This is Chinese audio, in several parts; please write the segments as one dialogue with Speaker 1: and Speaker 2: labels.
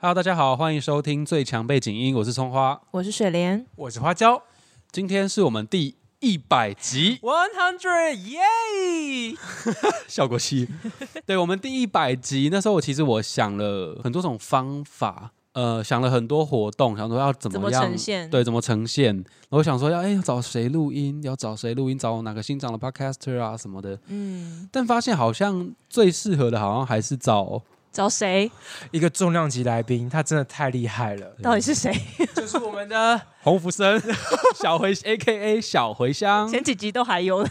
Speaker 1: Hello，大家好，欢迎收听最强背景音，我是葱花，
Speaker 2: 我是水莲，
Speaker 3: 我是花椒
Speaker 1: 今天是我们第一百集
Speaker 3: One Hundred 耶！
Speaker 1: 效果戏， 对我们第一百集那时候，我其实我想了很多种方法，呃，想了很多活动，想说要怎
Speaker 2: 怎
Speaker 1: 么
Speaker 2: 么
Speaker 1: 样
Speaker 2: 呈现
Speaker 1: 对，怎么呈现，然后我想说要哎要找谁录音，要找谁录音，找哪个新长的 podcaster 啊什么的，
Speaker 2: 嗯，
Speaker 1: 但发现好像最适合的，好像还是找
Speaker 2: 找谁？
Speaker 3: 一个重量级来宾，他真的太厉害了，
Speaker 2: 到底是谁？
Speaker 3: 就是我们的
Speaker 1: 洪福生小茴 A K A 小茴香，
Speaker 2: 前几集都还有，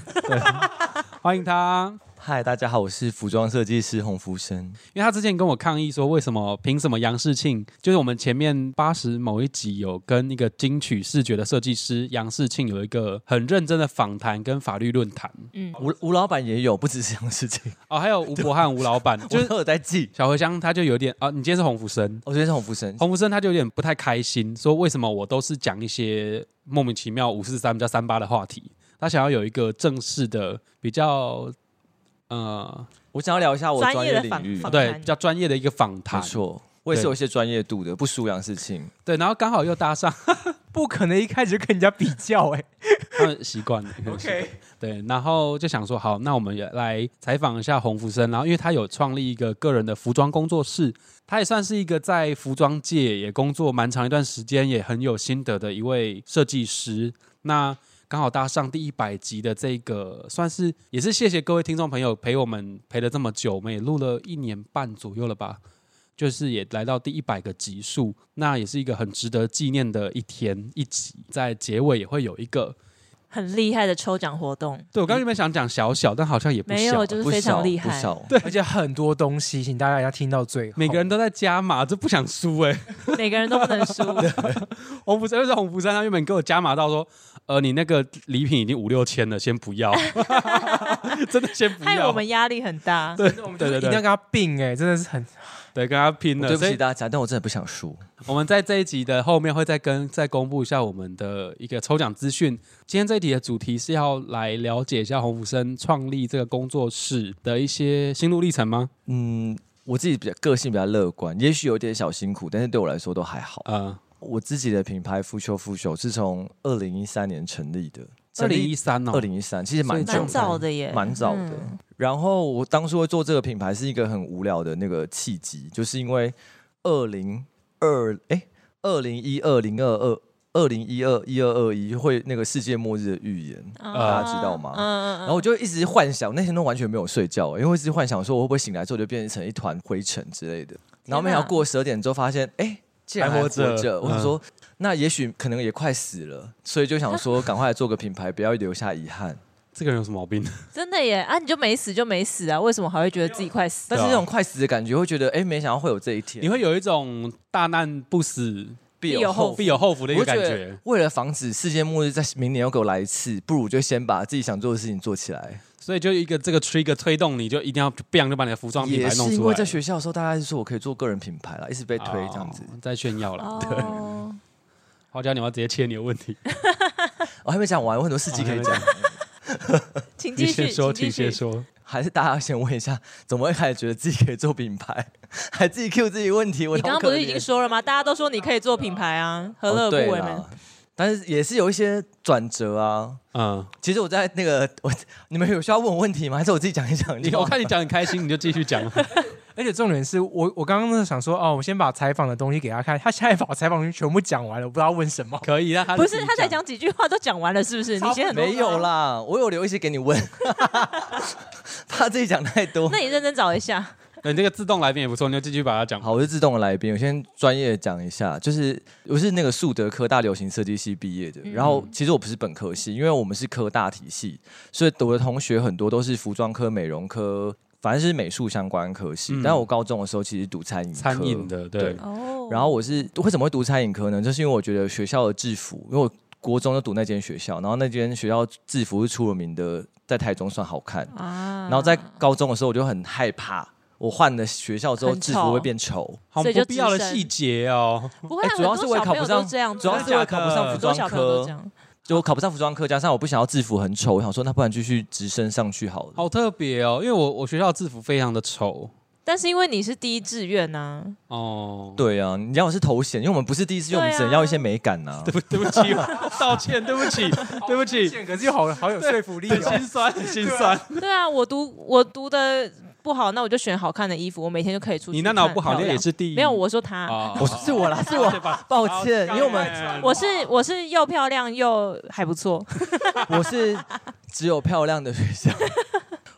Speaker 1: 欢迎他。
Speaker 4: 嗨，大家好，我是服装设计师洪福生。
Speaker 1: 因为他之前跟我抗议说，为什么凭什么杨世庆，就是我们前面八十某一集有跟一个金曲视觉的设计师杨世庆有一个很认真的访谈跟法律论坛
Speaker 2: 嗯，
Speaker 4: 吴吴老板也有，不止这样的 事情，
Speaker 1: 哦，还有吴伯翰吴老板， 就
Speaker 4: 我
Speaker 1: 是
Speaker 4: 都有在记。
Speaker 1: 小茴香他就有点啊，你今天是洪福生，
Speaker 4: 我觉得是洪福生，
Speaker 1: 洪福生他就有点不太开心，说为什么我都是讲一些莫名其妙五四三加三八的话题，他想要有一个正式的比较。呃，哦
Speaker 4: 我想要聊一下我
Speaker 2: 专
Speaker 4: 专
Speaker 2: 业
Speaker 4: 业
Speaker 2: 的
Speaker 4: 领
Speaker 2: 访
Speaker 4: 域。
Speaker 2: 访
Speaker 1: 对，
Speaker 2: 谈
Speaker 1: 比较专业的一个访谈
Speaker 4: 没，错，我也是有一些专业度的，不输杨世庆。
Speaker 1: 对，然后刚好又搭上，
Speaker 3: 不可能一开始就跟人家比较 哎、
Speaker 1: 他们习惯了。对，然后就想说，好，那我们也来采访一下洪福生。然后，因为他有创立一个个人的服装工作室，他也算是一个在服装界也工作蛮长一段时间，也很有心得的一位设计师。那刚好搭上第一百集的这个，算是也是谢谢各位听众朋友陪我们陪了这么久，我们也录了一年半左右了吧。就是也来到第一百个集数，那也是一个很值得纪念的一天一集，在结尾也会有一个
Speaker 2: 很厉害的抽奖活动，
Speaker 1: 对，我刚刚原本想讲小小，但好像也不小。
Speaker 2: 没有，就是
Speaker 4: 不
Speaker 2: 非
Speaker 4: 少
Speaker 2: 常厉
Speaker 4: 不
Speaker 2: 害。
Speaker 4: 少。
Speaker 3: 而且很多东西，请大家一定要听到最后。
Speaker 1: 每个人都在加码，这不想输哎、
Speaker 2: 每个人都不能 输，
Speaker 1: 洪福山就是洪福山，他原本给我加码到说，呃，你那个礼品已经五六千了，先不 要， 真的先不
Speaker 2: 害
Speaker 1: 要。
Speaker 2: 我们压力很大。
Speaker 1: 对
Speaker 3: 就是
Speaker 1: 对对
Speaker 3: 一定要
Speaker 1: 对
Speaker 3: 跟，他并哎、真的是很
Speaker 1: 对，跟他拼
Speaker 4: 我
Speaker 1: 了。
Speaker 4: 对不
Speaker 1: 所
Speaker 4: 起
Speaker 1: 以
Speaker 4: 大家，但我真的不想输。
Speaker 1: 我们在这一集的后面会再跟再公布一下我们的一个抽奖资讯。今天这一题的主题是要来了解一下洪福生创立这个工作室的一些心路历程吗？
Speaker 4: 嗯，我自己比较个性比较乐观，也许有点小辛苦，但是对我来说都还好。
Speaker 1: 呃，
Speaker 4: 我自己的品牌复修复修是从二零一三年成立的，
Speaker 1: 二零一三哦，
Speaker 4: 二零一三其实蛮
Speaker 1: 所以
Speaker 4: 久
Speaker 2: 蛮
Speaker 1: 这
Speaker 4: 的
Speaker 1: 样。
Speaker 2: 早的耶，
Speaker 4: 蛮早的。
Speaker 2: 嗯
Speaker 4: 然后我当初会做这个品牌是一个很无聊的那个契机，就是因为二零二哎二零一二零二二二零一二一二二一会那个世界末日的预言，
Speaker 2: 啊
Speaker 4: 大家知道吗？
Speaker 2: 嗯
Speaker 4: 然后我就一直幻想，那天都完全没有睡觉，因为我一直幻想说我会不会醒来之后就变成一团灰尘之类的。然后没想到过十二点之后发现，哎，竟然
Speaker 1: 还
Speaker 4: 还
Speaker 1: 活
Speaker 4: 活
Speaker 1: 着
Speaker 4: 着。我
Speaker 1: 嗯
Speaker 4: 想说，那也许可能也快死了，所以就想说赶快来做个品牌，不要留下遗憾。
Speaker 1: 这个人有什么毛病？
Speaker 2: 真的耶啊！你就没死就没死啊，为什么还会觉得自己快死？
Speaker 4: 但是
Speaker 1: 对啊
Speaker 4: 那种快死的感觉，会觉得哎、诶没想到会有这一天，
Speaker 1: 你会有一种大难不死
Speaker 4: 必
Speaker 2: 有后
Speaker 1: 必有后福的一
Speaker 4: 我
Speaker 1: 个
Speaker 4: 会
Speaker 1: 感
Speaker 4: 觉
Speaker 1: 觉
Speaker 4: 得。为了防止世界末日在明年又给我来一次，不如就先把自己想做的事情做起来。
Speaker 1: 所以就一个这个 trigger 推动你，就一定要 bang 就把你的服装品
Speaker 4: 也
Speaker 1: 牌弄
Speaker 4: 是因
Speaker 1: 出
Speaker 4: 为
Speaker 1: 来。
Speaker 4: 在学校的时候，大家是说我可以做个人品牌啦，一直被推
Speaker 1: 哦
Speaker 4: 这样子。
Speaker 1: 在炫耀了。对，
Speaker 2: 哦，
Speaker 1: 花椒，你要直接切你的问题，
Speaker 4: 我、还没讲完，有很多事情可以讲，
Speaker 2: 请
Speaker 1: 你
Speaker 2: 继续，
Speaker 1: 先说，
Speaker 2: 请
Speaker 1: 请
Speaker 2: 继
Speaker 1: 先
Speaker 2: 续。
Speaker 1: 说。
Speaker 4: 还是大家先问一下，怎么会开始觉得自己可以做品牌， 还自己 Q 自己问题？我
Speaker 2: 你刚
Speaker 4: 好
Speaker 2: 刚
Speaker 4: 可
Speaker 2: 不是已
Speaker 4: 怜
Speaker 2: 经说了吗？大家都说你可以做品牌啊，何乐不
Speaker 4: 哦对
Speaker 2: 为
Speaker 4: 啦
Speaker 2: 呢？
Speaker 4: 但是也是有一些转折啊。
Speaker 1: 嗯，
Speaker 4: 其实我在那个我，你们有需要问我问题吗？还是我自己讲一讲？
Speaker 1: 你我看你讲很开心，你就继续讲。
Speaker 3: 而且重点是我，我刚刚那想说，哦，我先把采访的东西给他看，他现在把我采访的东西全部讲完了，我不知道问什 么。
Speaker 1: 可以，让他
Speaker 2: 不
Speaker 1: 自
Speaker 2: 是
Speaker 1: 己
Speaker 2: 他才。讲几句话都讲完了，是不是？你先很多
Speaker 4: 没有啦，我有留一些给你问， 怕自己讲太多
Speaker 2: 那。你认真找一下。
Speaker 1: 对你这个自动来宾也不错，你就继续把它讲。
Speaker 4: 好，我是自动的来宾，我先专业讲一下，就是我是那个树德科大流行设计系毕业的，然后
Speaker 2: 嗯
Speaker 4: 其实我不是本科系，因为我们是科大体系，所以我的同学很多都是服装科、美容科，反正是美术相关科系。
Speaker 1: 嗯
Speaker 4: 但我高中的时候其实读餐饮科，
Speaker 1: 餐饮的，对
Speaker 4: 对，
Speaker 2: 哦
Speaker 4: 然后我是为什么会读餐饮科呢？就是因为我觉得学校的制服，因为我国中就读那间学校，然后那间学校制服是出了名的，在台中算好看。
Speaker 2: 啊
Speaker 4: 然后在高中的时候，我就很害怕，我换了学校之后
Speaker 2: 很
Speaker 4: 制
Speaker 2: 丑
Speaker 4: 服会变丑。
Speaker 1: 好
Speaker 2: 所以就
Speaker 1: 不必要的
Speaker 2: 直升
Speaker 1: 细节哦。
Speaker 2: 不会
Speaker 4: 哎
Speaker 2: 啊，
Speaker 4: 主要是我也考不
Speaker 2: 很多小朋友
Speaker 4: 上
Speaker 2: 都这样子啊，
Speaker 4: 主要是我也考不上
Speaker 1: 很
Speaker 4: 服
Speaker 2: 很多小
Speaker 4: 装
Speaker 2: 朋友都这
Speaker 4: 科，
Speaker 2: 样。
Speaker 4: 就我考不上服装科，加上我不想要制服很丑，我想说那不然继续直升上去好了。
Speaker 1: 好特别哦，因为我我学校的制服非常的丑，
Speaker 2: 但是因为你是第一志愿啊呐、
Speaker 1: 哦，
Speaker 4: 对啊，你要是头衔，因为我们不是第一次用，
Speaker 2: 对
Speaker 4: 我
Speaker 2: 啊
Speaker 4: 们只能要一些美感呐、
Speaker 1: 对不对不起，我 道歉，对不起，对不起，
Speaker 3: 可是又好好有说服力
Speaker 1: 很
Speaker 3: 哦。
Speaker 1: 心酸，很心酸。
Speaker 2: 对啊，我读我读的不好，那我就选好看的衣服，我每天就可以出去。
Speaker 1: 你那脑不好，那也。是第一。
Speaker 2: 没有，我说他，
Speaker 1: 啊，
Speaker 4: 我是我啦，是我，抱歉，
Speaker 1: 哦
Speaker 4: 因为我们
Speaker 2: 我是我是又漂亮又还不错。
Speaker 4: 我是只有漂亮的学校。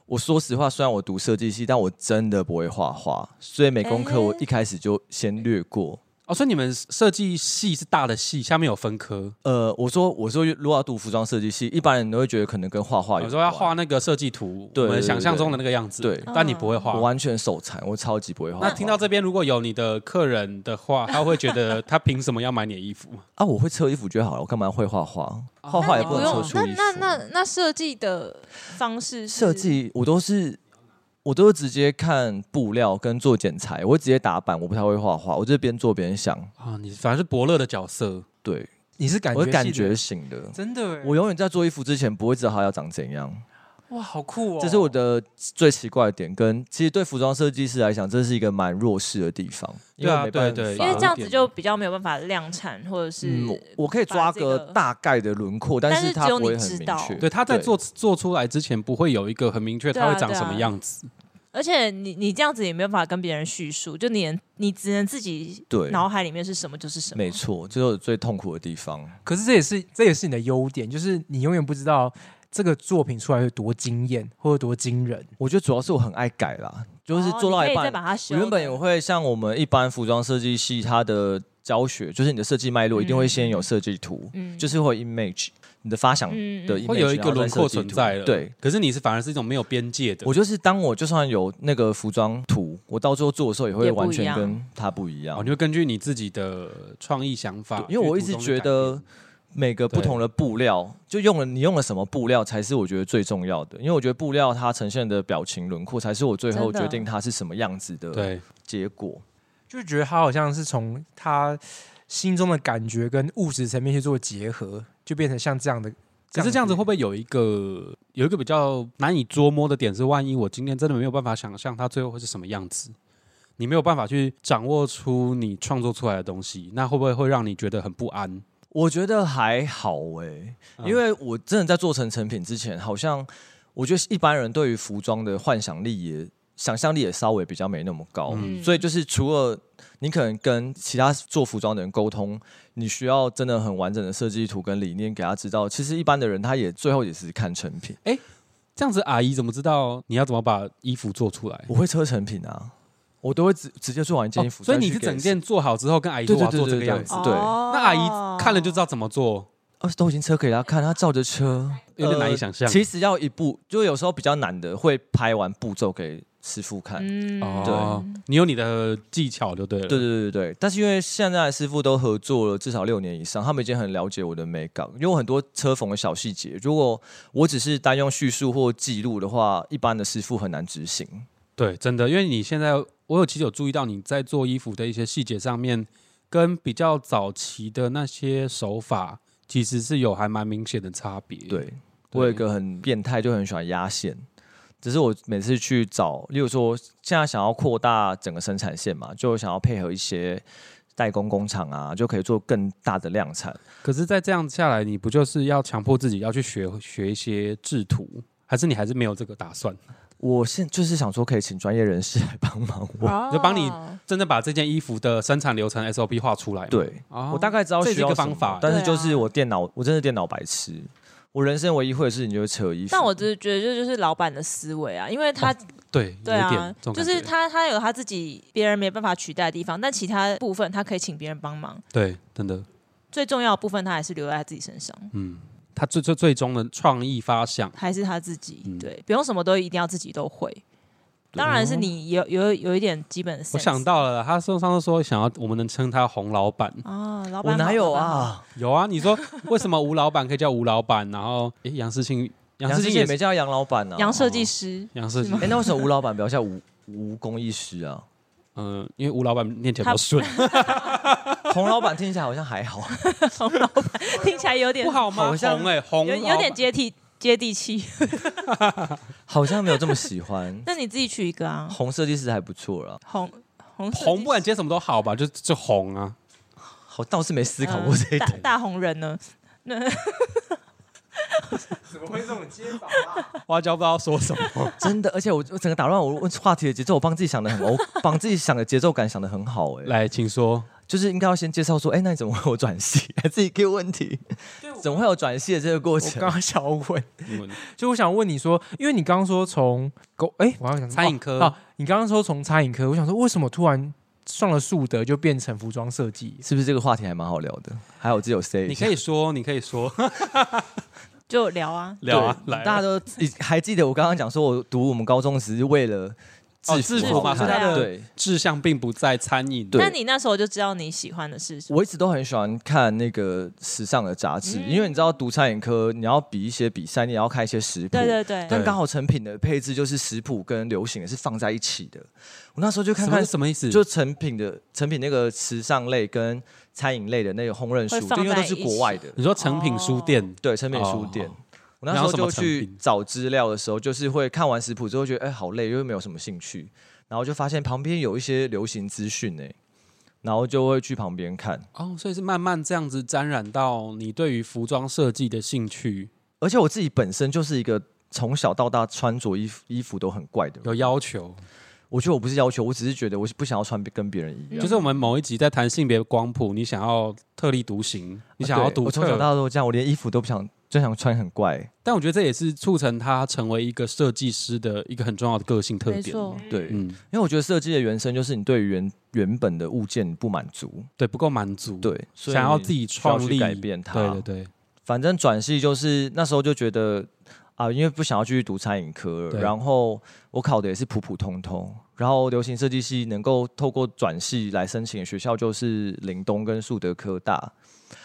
Speaker 4: 我说实话，虽然我读设计系，但我真的不会画画，所以美工课我一开始就先略过。
Speaker 1: 哦，所以你们设计系是大的系，下面有分科。
Speaker 4: 呃，我说我说，如果要读服装设计系，一般人都会觉得可能跟画画有
Speaker 1: 哦有
Speaker 4: 关。
Speaker 1: 时候要画那个设计图，
Speaker 4: 对
Speaker 1: 我们
Speaker 4: 对
Speaker 1: 想象中的那个样子。
Speaker 2: 嗯
Speaker 4: 对
Speaker 1: 但你不会画
Speaker 4: 我。完全手残，我超级不会画画。
Speaker 1: 那听到这边，如果有你的客人的话，他会觉得他凭什么要买你的衣服？
Speaker 4: 啊，我会车衣服就好了，我干嘛会画
Speaker 1: 哦
Speaker 4: 画？画画也
Speaker 2: 不
Speaker 4: 能
Speaker 2: 用
Speaker 4: 车出
Speaker 2: 那
Speaker 4: 衣服。啊
Speaker 2: 那那那设计的方式是
Speaker 4: 设计我都是我都是直接看布料跟做剪裁，我会直接打板，我不太会画画，我就是边做边想。
Speaker 1: 啊，你反正是伯乐的角色，
Speaker 4: 对，
Speaker 3: 你是感
Speaker 4: 我
Speaker 3: 觉
Speaker 4: 是感觉型的。
Speaker 3: 真的，欸
Speaker 4: 我永远在做衣服之前不会知道它要长怎样，
Speaker 3: 哇好酷哦！
Speaker 4: 这是我的最奇怪的点。跟其实对服装设计师来讲，这是一个蛮弱势的地方，因为
Speaker 1: 对啊
Speaker 4: 我没办法
Speaker 1: 对对
Speaker 2: 因为这样子
Speaker 1: 点
Speaker 2: 就比较没有办法量产，或者是、
Speaker 4: 嗯，我我可以抓个大概的轮廓，
Speaker 2: 但
Speaker 4: 但
Speaker 2: 是
Speaker 4: 是它
Speaker 2: 只有
Speaker 4: 不会
Speaker 2: 你
Speaker 4: 很
Speaker 2: 知
Speaker 4: 明
Speaker 2: 道
Speaker 4: 确。
Speaker 1: 对，他在做做出来之前不会有一个很明确
Speaker 2: 对啊
Speaker 1: 他会长
Speaker 2: 对啊
Speaker 1: 什么样子。
Speaker 2: 而且你你这样子也没有办法跟别人叙述，就你能你只能自己
Speaker 4: 对
Speaker 2: 脑海里面是什么就是什么
Speaker 4: 没。错，这是我最痛苦的地方。
Speaker 3: 可是这也是这也是你的优点，就是你永远不知道这个作品出来有多惊艳或者多惊人。
Speaker 4: 我觉得主要是我很爱改啦，就是
Speaker 2: 哦
Speaker 4: 做到
Speaker 2: 你可
Speaker 4: 一
Speaker 2: 以
Speaker 4: 半
Speaker 2: 再，把它修
Speaker 4: 我
Speaker 2: 的。
Speaker 4: 原本也会像我们一般服装设计系，它的教学就是你的设计脉络一定会先有设计图，
Speaker 2: 嗯
Speaker 4: 就是会有 image，你的发想
Speaker 2: 嗯
Speaker 4: 的 image，、
Speaker 1: 会有一个轮廓存在了，
Speaker 4: 对。
Speaker 1: 可是你是反而是一种没有边界的，
Speaker 4: 我就是当我就算有那个服装图，我到最后做的时候也会
Speaker 2: 也不
Speaker 4: 完
Speaker 2: 一
Speaker 4: 全
Speaker 2: 样
Speaker 4: 跟它不一样
Speaker 1: 哦，你。会根据你自己的创意想法
Speaker 4: 对，因为我一直觉得每个不同的布料，就用了你用了什么布料才是我觉得最重要的，因为我觉得布料它呈现的表情轮廓才是我最后
Speaker 2: 真的
Speaker 4: 决定它是什么样子
Speaker 1: 去途中的改变
Speaker 4: 的
Speaker 1: 对，
Speaker 4: 结果。
Speaker 3: 就是觉得他好像是从他心中的感觉跟物质层面去做结合，就变成像这样的。
Speaker 1: 可是这样子会不
Speaker 3: 会
Speaker 1: 会有一个有一个比较难以捉摸的点是，万一我今天真的没有办法想象它最后会是什么样子，你没有办法去掌握出你创作出来的东西，那会不会会让你觉得很不安？
Speaker 4: 我觉得还好诶、
Speaker 1: 嗯
Speaker 4: 因为我真的在做成成品之前，好像我觉得一般人对于服装的幻想力也想象力也稍微比较没那么高，
Speaker 2: 嗯
Speaker 4: 所以就是除了你可能跟其他做服装的人沟通，你需要真的很完整的设计图跟理念给他知道。其实一般的人他也最后也是看成品，
Speaker 1: 这样子阿姨怎么知道你要怎么把衣服做出来？
Speaker 4: 我会车成品啊，我都会直直接做完一件衣服，
Speaker 1: 哎哦所以
Speaker 4: 再
Speaker 1: 你
Speaker 4: 去
Speaker 1: 是
Speaker 4: 给
Speaker 1: 整件做好之后跟阿姨
Speaker 4: 对
Speaker 1: 说我
Speaker 4: 对
Speaker 1: 要
Speaker 4: 对
Speaker 1: 做这个
Speaker 4: 对对
Speaker 1: 样子，
Speaker 4: 对
Speaker 1: 那阿姨看了就知
Speaker 2: 道。
Speaker 1: 道怎么做，
Speaker 4: 哦，都已经车给他看，他照着车，
Speaker 1: 有点难以
Speaker 4: 呃
Speaker 1: 想象。
Speaker 4: 其实要一步，就有时候比较难的，会拍完步骤给师傅看。
Speaker 2: 嗯
Speaker 1: 哦，你有你的技巧就对了。
Speaker 4: 对对对对，但是因为现在的师傅都合作了至少六年以上，他们已经很了解我的美感，因为我很多车缝的小细节，如果我只是单用叙述或记录的话，一般的师傅很难执行。
Speaker 1: 对，真的，因为你现在我有其实有注意到你在做衣服的一些细节上面，跟比较早期的那些手法其实是有还蛮明显的差别。
Speaker 4: 对我有一个很变态，就很喜欢压线。只是我每次去找，例如说现在想要扩大整个生产线嘛，就想要配合一些代工工厂啊，就可以做更大的量产。
Speaker 1: 可是再这样下来，你不就是要强迫自己要去学学一些制图，还是你还是没有这个打算？
Speaker 4: 我现就是想说，可以请专业人士来帮 忙我。
Speaker 1: 就帮你
Speaker 2: 哦
Speaker 1: 真的把这件衣服的生产流程 SOP 画出来吗？
Speaker 4: 对，
Speaker 1: 哦，
Speaker 4: 我大概知道
Speaker 1: 这是
Speaker 4: 需要
Speaker 1: 一个
Speaker 4: 什么
Speaker 1: 方法
Speaker 4: 但是就
Speaker 2: 对
Speaker 4: 是
Speaker 2: 啊
Speaker 4: 我电脑，我真的电脑白痴。我人生唯一会的事情就是扯衣服。
Speaker 2: 但我只是觉得这就是老板的思维啊，因为他、
Speaker 1: 对，
Speaker 2: 对
Speaker 1: 哦有一
Speaker 2: 啊
Speaker 1: 点这种，
Speaker 2: 就
Speaker 1: 感觉
Speaker 2: 是他他有他自己别人没办法取代的地方，但其他部分他可以请别人帮忙，
Speaker 1: 对，真的，
Speaker 2: 最重要的部分他还是留在他自己身上，
Speaker 1: 嗯，他最最最终的创意发想，
Speaker 2: 还是他自己、
Speaker 1: 嗯哦
Speaker 2: 对，不用什么都一定要自己都会。当然是你有有有一点基本的 sense。
Speaker 1: 我想到了啦，他上上次说想要我们能称他洪老板，
Speaker 2: 啊，老板好
Speaker 4: 我哪有？
Speaker 2: 老板好
Speaker 4: 啊？
Speaker 1: 有啊，你 说为什么吴老板可以叫吴老板，然后诶杨世庆，杨
Speaker 4: 杨
Speaker 1: 世
Speaker 4: 世
Speaker 1: 庆
Speaker 4: 杰
Speaker 1: 也
Speaker 4: 也没
Speaker 1: 是
Speaker 4: 叫杨老板啊。
Speaker 2: 杨设
Speaker 1: 哦
Speaker 2: 计师，
Speaker 1: 杨世
Speaker 2: 是
Speaker 1: 庆
Speaker 2: 吗，
Speaker 4: 哎，那为什么吴老板不要叫吴吴工艺师啊？
Speaker 1: 嗯、因为吴老板念起来比较顺，
Speaker 4: 洪老板听起来好像还好。
Speaker 2: 洪老板听起来有点
Speaker 1: 不好吗？
Speaker 4: 好像
Speaker 1: 红哎、红
Speaker 2: 有有点接地接地气。。
Speaker 4: 好像没有这么喜欢
Speaker 2: 那你自己取一个啊，
Speaker 4: 红设计师还不错啦，
Speaker 2: 红红色
Speaker 1: 红不管接什么都好吧，就就红啊。
Speaker 4: 好倒是没思考过这一
Speaker 2: 呃 大
Speaker 4: 点。
Speaker 2: 大红人呢？
Speaker 3: 怎么会这种 接法啊？
Speaker 1: 花椒不知道说什 么，
Speaker 4: 真的，而且我我整个打乱我问话题的节奏，我帮自己想的很，我帮自己想的节奏感想的很好哎、
Speaker 1: 来，请说。
Speaker 4: 就是应该要先介绍说，哎、那你怎么会有转系？ 还自己 Q 问题，怎么会有转系的这个过
Speaker 3: 我
Speaker 4: 程？
Speaker 3: 刚刚想要问，
Speaker 1: 你们
Speaker 3: 就我想问你说，因为你刚刚说从狗，哎、我要想
Speaker 1: 餐饮科
Speaker 3: 哦啊，你刚刚说从餐饮科，我想说为什么突然上了树德就变成服装设计？
Speaker 4: 是不是这个话题还蛮好聊的？还有自己有 say，
Speaker 1: 你可以说，你可以说
Speaker 2: 就聊啊，
Speaker 1: 聊啊，
Speaker 4: 对
Speaker 1: 来啊，
Speaker 4: 大家 都已还记得我刚刚讲说，我读我们高中只是为了
Speaker 1: 哦制
Speaker 4: 制服
Speaker 1: 服
Speaker 4: 好
Speaker 1: 嘛，所
Speaker 4: 看，
Speaker 1: 以他的
Speaker 4: 对。
Speaker 1: 志向并不在餐饮。
Speaker 4: 对
Speaker 2: 那你那时候就知道你喜欢的是什么？
Speaker 4: 我一直都很喜欢看那个时尚的杂志，
Speaker 2: 嗯
Speaker 4: 因为你知道读餐饮科，你要比一些比赛，你也要看一些食谱，
Speaker 2: 对对对，
Speaker 4: 但刚好成品的配置就是食谱跟流行的是放在一起的。我那时候就看
Speaker 1: 什么
Speaker 4: 看
Speaker 1: 是，什么意思？
Speaker 4: 就成品的成品那个时尚类跟餐饮类的那个烹饪
Speaker 2: 会
Speaker 4: 书，
Speaker 2: 放
Speaker 4: 就因为
Speaker 2: 在
Speaker 4: 都是
Speaker 2: 一
Speaker 4: 国
Speaker 2: 起
Speaker 4: 外的，
Speaker 1: 你说成品书店，
Speaker 4: 对成品书店。
Speaker 1: 哦
Speaker 4: 我那时候
Speaker 1: 然后
Speaker 4: 就
Speaker 1: 什么成
Speaker 4: 去
Speaker 1: 品
Speaker 4: 找资料的时候，就是会看完食谱之后觉得哎、好累，又没有什么兴趣，然后就发现旁边有一些流行资讯哎，然后就会去旁边看。
Speaker 1: 哦，所以是慢慢这样子沾染到你对于服装设计的兴趣
Speaker 4: 而且我自己本身就是一个从小到大穿着衣服衣服都很怪的人，
Speaker 1: 有要求。
Speaker 4: 我觉得我不是要求，我只是觉得我不想要穿跟别人一样。
Speaker 1: 就是我们某一集在谈性别光谱，你想要特立独行，你想要
Speaker 4: 啊对
Speaker 1: 独
Speaker 4: 我从小
Speaker 1: 特，
Speaker 4: 到大都这样，我连衣服都不想，就想穿很怪。
Speaker 1: 但我觉得这也是促成他成为一个设计师的一个很重要的个性特
Speaker 2: 没
Speaker 1: 点。
Speaker 2: 错，
Speaker 4: 对，因
Speaker 1: 嗯，
Speaker 4: 为我觉得设计的原生就是你对于原原本的物件不满足，
Speaker 1: 对，不够满足，，
Speaker 4: 对，所以
Speaker 1: 想要自己创
Speaker 4: 需
Speaker 1: 立
Speaker 4: 要去改变它
Speaker 1: 对对对，
Speaker 4: 反正转系就是那时候就觉得啊，因为不想要继续读餐饮科了，
Speaker 1: 对
Speaker 4: 然后我考的也是普普通通，然后流行设计系能够透过转系来申请的学校就是岭东跟树德科大。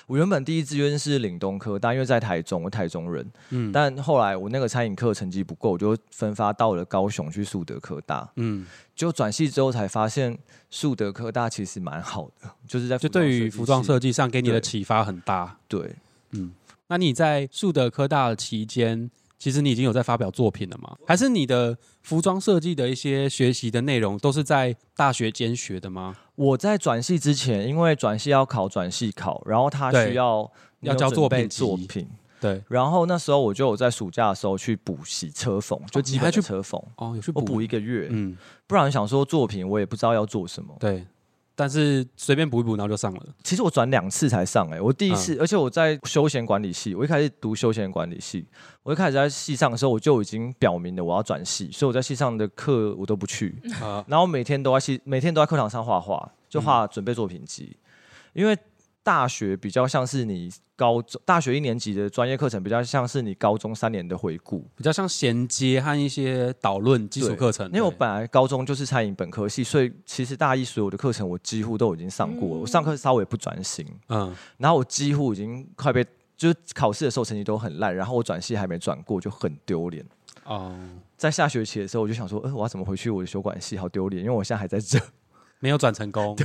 Speaker 4: 我原本第一志愿是岭东科大，因为在台中，我台中人。
Speaker 1: 嗯
Speaker 4: 但后来我那个餐饮课成绩不够，我就分发到了高雄去树德科大。
Speaker 1: 嗯，
Speaker 4: 就转系之后才发现，树德科大其实蛮好的， 就是在
Speaker 1: 就对于
Speaker 4: 服
Speaker 1: 服
Speaker 4: 装
Speaker 1: 装
Speaker 4: 设
Speaker 1: 设
Speaker 4: 计
Speaker 1: 计上给你的
Speaker 4: 对
Speaker 1: 启发很大。
Speaker 4: 系对
Speaker 1: 嗯，那你在树德科大的期间，其实你已经有在发表作品了吗？还是你的服装设计的一些学习的内容都是在大学间学的吗？
Speaker 4: 我在转系之前，因为转系要考转系考，然后他
Speaker 1: 对
Speaker 4: 需要你有
Speaker 1: 要交
Speaker 4: 准
Speaker 1: 作
Speaker 4: 备
Speaker 1: 品集
Speaker 4: 作品。
Speaker 1: 对，
Speaker 4: 然后那时候我就有在暑假的时候去补习车缝，就
Speaker 1: 哦
Speaker 4: 基
Speaker 1: 你
Speaker 4: 本
Speaker 1: 还
Speaker 4: 的
Speaker 1: 去
Speaker 4: 车缝，
Speaker 1: 哦，有去
Speaker 4: 我
Speaker 1: 补
Speaker 4: 补，一个月，
Speaker 1: 嗯，
Speaker 4: 不然想说作品我也不知道要做什么。
Speaker 1: 对，但是随便补一补，然后就上了。
Speaker 4: 其实我转两次才上哎、我第一次，而且我在休闲管理系，我一开始读休闲管理系，我一开始在系上的时候我就已经表明了我要转系，所以我在系上的课我都不去，
Speaker 1: 啊
Speaker 4: 然后每天都在系，每天都在课堂上画画，就画准备作品集，因为大学比较像是你高中大学一年级的专业课程，比较像是你高中三年的回顾。
Speaker 1: 比较像衔接和一些导论基础
Speaker 4: 对
Speaker 1: 课程，
Speaker 4: 因为我
Speaker 1: 嗯对
Speaker 4: 本来高中就是餐饮本科系，所以其实大一所有的课程我几乎都已经上过了，我上课稍微不专心，
Speaker 1: 嗯，
Speaker 4: 然后我几乎已经快被就是考试的时候成绩都很烂，然后我转系还没转过，就很丢脸。
Speaker 1: 哦，
Speaker 4: 在下学期的时候，我就想说，呃，我要怎么回去我的修管系？好丢脸，因为我现在还 在这。
Speaker 1: 没有转成功，对，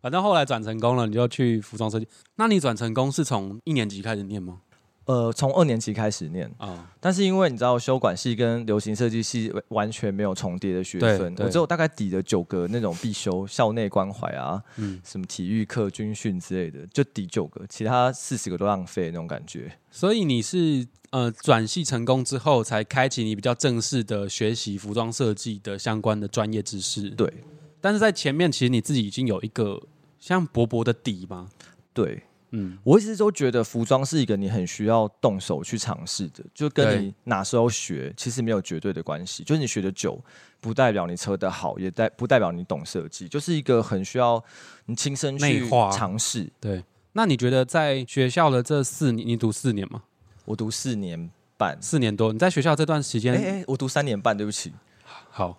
Speaker 1: 反正后来转成功了，你就去服装设计。那你转成功是从一年级开始念吗？
Speaker 4: 呃，从二年级开始念，
Speaker 1: 啊、
Speaker 4: 但是因为你知道修管系跟流行设计系完全没有重叠的学分，
Speaker 1: 对对
Speaker 4: 我只有大概抵了九个那种必修校内关怀啊，
Speaker 1: 嗯
Speaker 4: 什么体育课、军训之类的，就抵九个，其他四十个都浪费那种感觉。
Speaker 1: 所以你是呃转系成功之后，才开启你比较正式的学习服装设计的相关的专业知识。，
Speaker 4: 对
Speaker 1: 但是在前面其实你自己已经有一个像薄薄的底嘛，
Speaker 4: 对，
Speaker 1: 嗯，
Speaker 4: 我一直都觉得服装是一个你很需要动手去尝试的，就跟你哪时候学其实没有绝对的关系。就是你学的久，不代表你车的好，也代不代表你懂设计，就是一个很需要你亲身
Speaker 1: 内
Speaker 4: 去
Speaker 1: 化
Speaker 4: 尝试。
Speaker 1: 对。那你觉得在学校的这四年，你读四年吗？
Speaker 4: 我读四年半，
Speaker 1: 四年多，你在学校这段时
Speaker 4: 哎
Speaker 1: 间
Speaker 4: 哎、我读三年半，对不起。
Speaker 1: 好，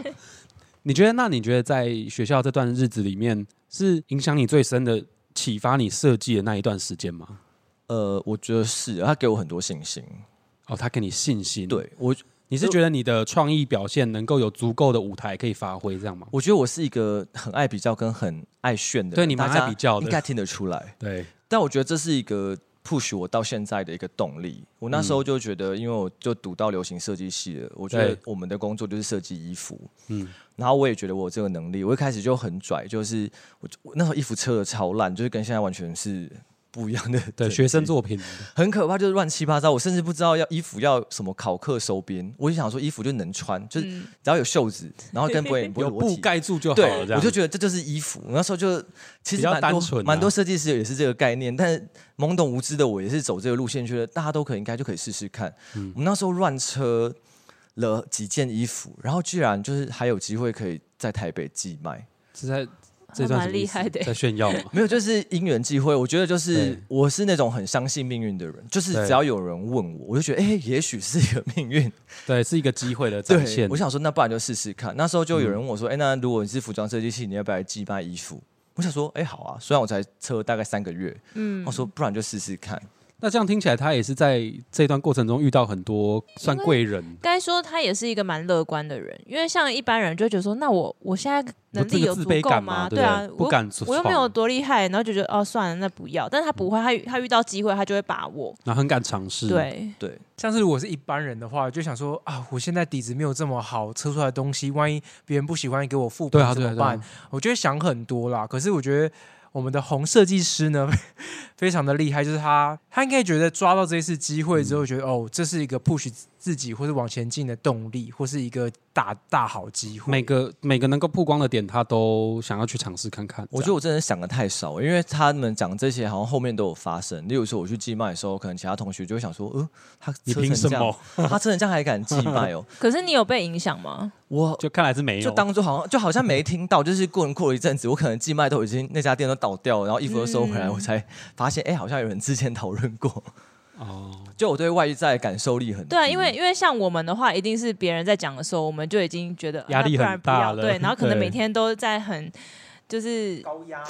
Speaker 1: 你觉得？那你觉得在学校这段日子里面，是影响你最深的、启发你设计的那一段时间吗？
Speaker 4: 呃，我觉得是他给我很多信心。
Speaker 1: 哦，他给你信心。，
Speaker 4: 对我，
Speaker 1: 你是觉得你的创意表现能够有足够的舞台可以发挥，这样吗？
Speaker 4: 我觉得我是一个很爱比较跟很爱炫的人，
Speaker 1: 对你蛮
Speaker 4: 大家
Speaker 1: 爱比较的
Speaker 4: 应该听得出来。
Speaker 1: 对，
Speaker 4: 但我觉得这是一个 push 我到现在的一个动力。我那时候就觉得，因为我就读到流行设计系了，我觉得
Speaker 1: 嗯对
Speaker 4: 我们的工作就是设计衣服，
Speaker 1: 嗯
Speaker 4: 嗯，然后我也觉得我有这个能力。我一开始就很拽，就是我我那时候衣服车的超烂，就是跟现在完全是不一样的
Speaker 1: 对
Speaker 4: 整
Speaker 1: 学生
Speaker 4: 齐
Speaker 1: 作品，
Speaker 4: 很可怕，就是乱七八糟。我甚至不知道要衣服要什么考克收边，我就想说衣服就能穿，就是
Speaker 2: 嗯
Speaker 4: 只要有袖子，然后跟不会不会
Speaker 1: 有
Speaker 4: 裸
Speaker 1: 布
Speaker 4: 体。
Speaker 1: 盖住就好了，
Speaker 4: 对
Speaker 1: 哦这，样
Speaker 4: 我就觉得这就是衣服。那时候就
Speaker 1: 比
Speaker 4: 其实
Speaker 1: 较
Speaker 4: 蛮
Speaker 1: 单
Speaker 4: 多
Speaker 1: 纯啊
Speaker 4: 蛮多设计师也是这个概念，但是懵懂无知的我也是走这个路线，觉得大家都可以应该就可以试试看。
Speaker 1: 嗯
Speaker 4: 我们那时候乱车了几件衣服，然后居然就是还有机会可以在台北寄卖。
Speaker 1: 是在这
Speaker 2: 还
Speaker 1: 段
Speaker 2: 蛮厉害的欸
Speaker 1: 在炫耀嘛。
Speaker 4: 没有，就是因缘际会。我觉得就是
Speaker 1: 对
Speaker 4: 我是那种很相信命运的人，就是
Speaker 1: 对
Speaker 4: 只要有人问我，我就觉得哎、诶也许是一个命运。
Speaker 1: 对，是一个机会的展现。嗯
Speaker 4: 我想说那不然就试试看。那时候就有人问我说，哎、那如果你是服装设计系，你要不要来寄卖衣服？我想说，哎、好啊，虽然我才测大概三个月，
Speaker 2: 嗯
Speaker 4: 我，
Speaker 1: 哦
Speaker 4: 说不然就试试看。
Speaker 1: 那这样听起来，他也是在这段过程中遇到很多算贵人，
Speaker 2: 该说他也是一个蛮乐观的人，因为像一般人就会觉得说，那我我现在能力
Speaker 1: 有这
Speaker 2: 有
Speaker 1: 个自
Speaker 2: 足
Speaker 1: 卑
Speaker 2: 够
Speaker 1: 感
Speaker 2: 吗？
Speaker 1: 嘛？
Speaker 2: 对
Speaker 1: 不
Speaker 2: 啊，
Speaker 1: 不
Speaker 2: 我
Speaker 1: 敢闯，
Speaker 2: 我又没有，多厉害，然后就觉得哦算了，那不要。但是他不会，他他遇到机会他就会把握。
Speaker 1: 然后很敢尝试。，
Speaker 2: 对，
Speaker 4: 对，
Speaker 3: 像是如果是一般人的话，就想说啊，我现在底子没有这么好，测出来的东西，万一别人不喜欢给我复评
Speaker 1: 对啊，
Speaker 3: 怎
Speaker 1: 对啊，
Speaker 3: 么
Speaker 1: 对
Speaker 3: 办
Speaker 1: 啊？
Speaker 3: 我觉得想很多啦。可是我觉得我们的红设计师呢，非常的厉害，就是他他应该觉得抓到这一次机会之后，觉得哦，这是一个 push 自己或是往前进的动力，或是一个大大好机会。
Speaker 1: 每个每个能够曝光的点，他都想要去尝试看看。
Speaker 4: 我觉得我真的想的太少，因为他们讲这些好像后面都有发生。例如说我去寄卖的时候，可能其他同学就会想说，呃，他
Speaker 1: 你
Speaker 4: 车
Speaker 1: 凭
Speaker 4: 成
Speaker 1: 什
Speaker 4: 这
Speaker 1: 么
Speaker 4: 样，？ 他车成这样还敢寄卖 哦？
Speaker 2: 可是你有被影响吗？
Speaker 4: 我
Speaker 1: 就看来是没有，
Speaker 4: 就当做好像就好像没听到，就是过人过了一阵子，我可能寄卖都已经那家店都倒掉了，然后衣服都收回来，
Speaker 2: 嗯
Speaker 4: 我才发现，哎、好像有人之前讨论过。
Speaker 1: 哦，
Speaker 4: 就我对外在的感受力很低
Speaker 2: 对啊，因
Speaker 1: 嗯
Speaker 2: 为因为像我们的话，一定是别人在讲的时候，我们就已经觉得
Speaker 1: 压力
Speaker 2: 那不然
Speaker 1: 很大
Speaker 2: 不
Speaker 1: 了
Speaker 2: 要对，然后可能
Speaker 1: 对
Speaker 2: 每天都在很就是
Speaker 3: 高压，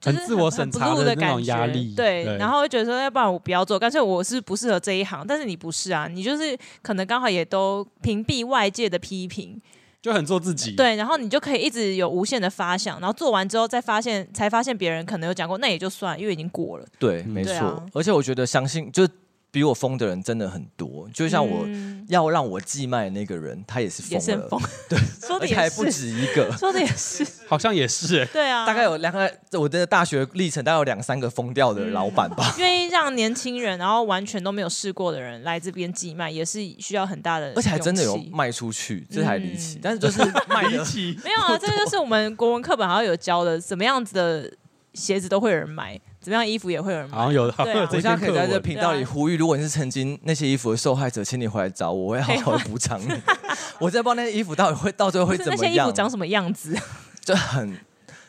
Speaker 2: 就是
Speaker 1: 很自我审查
Speaker 2: 很不入的
Speaker 1: 那
Speaker 2: 感
Speaker 1: 种
Speaker 2: 觉
Speaker 1: 压力。
Speaker 2: 对，然后会觉得说，要哎不然我不要做，干脆我是不适合这一行。但是你不是啊，你就是可能刚好也都屏蔽外界的批评，
Speaker 1: 就很做自己。，
Speaker 2: 对，然后你就可以一直有无限的发想，然后做完之后再发现，才发现别人可能有讲过，那也就算，因为已经过了。
Speaker 4: 对，
Speaker 1: 嗯
Speaker 4: 没错。
Speaker 2: 对啊
Speaker 4: 而且我觉得相信，就是比我疯的人真的很多。就像我、
Speaker 2: 嗯
Speaker 4: 要让我寄卖的那个人，他也是
Speaker 2: 也
Speaker 4: 疯
Speaker 2: 是
Speaker 4: 了，
Speaker 2: 很疯， 对，说的
Speaker 4: 而且
Speaker 2: 也
Speaker 4: 还不
Speaker 2: 是，。
Speaker 4: 止一个
Speaker 2: 说的也是，
Speaker 1: 好像也是 欸。
Speaker 2: 对啊，
Speaker 4: 大概有两个，我的大学历程大概有两三个疯掉的老板吧。
Speaker 2: 愿意让年轻人，然后完全都没有试过的人来这边寄卖，也是需要很大的，
Speaker 4: 而且还真的有。卖出去，这还离奇，
Speaker 2: 嗯
Speaker 4: 但是就是卖的
Speaker 1: 奇，
Speaker 2: 没有 啊，这个就是我们国文课本好像有教的，怎么样子的鞋子都会有人买，怎么样衣服也会有人买。
Speaker 1: 好像有，好
Speaker 2: 对
Speaker 1: 像有
Speaker 2: 啊
Speaker 4: 我
Speaker 1: 这
Speaker 4: 现在
Speaker 1: 篇
Speaker 4: 可以
Speaker 1: 课
Speaker 4: 在这
Speaker 1: 文。
Speaker 4: 频道里呼吁，如果你是曾经那些衣服的受害者，请你回来找我，我会 好
Speaker 2: 啊
Speaker 4: 好地补偿你。 我真的不知道那些衣服到底会到最后
Speaker 2: 不
Speaker 4: 会
Speaker 2: 是
Speaker 4: 怎
Speaker 2: 那
Speaker 4: 么
Speaker 2: 些衣服
Speaker 4: 样，
Speaker 2: 长什么样子？
Speaker 4: 就很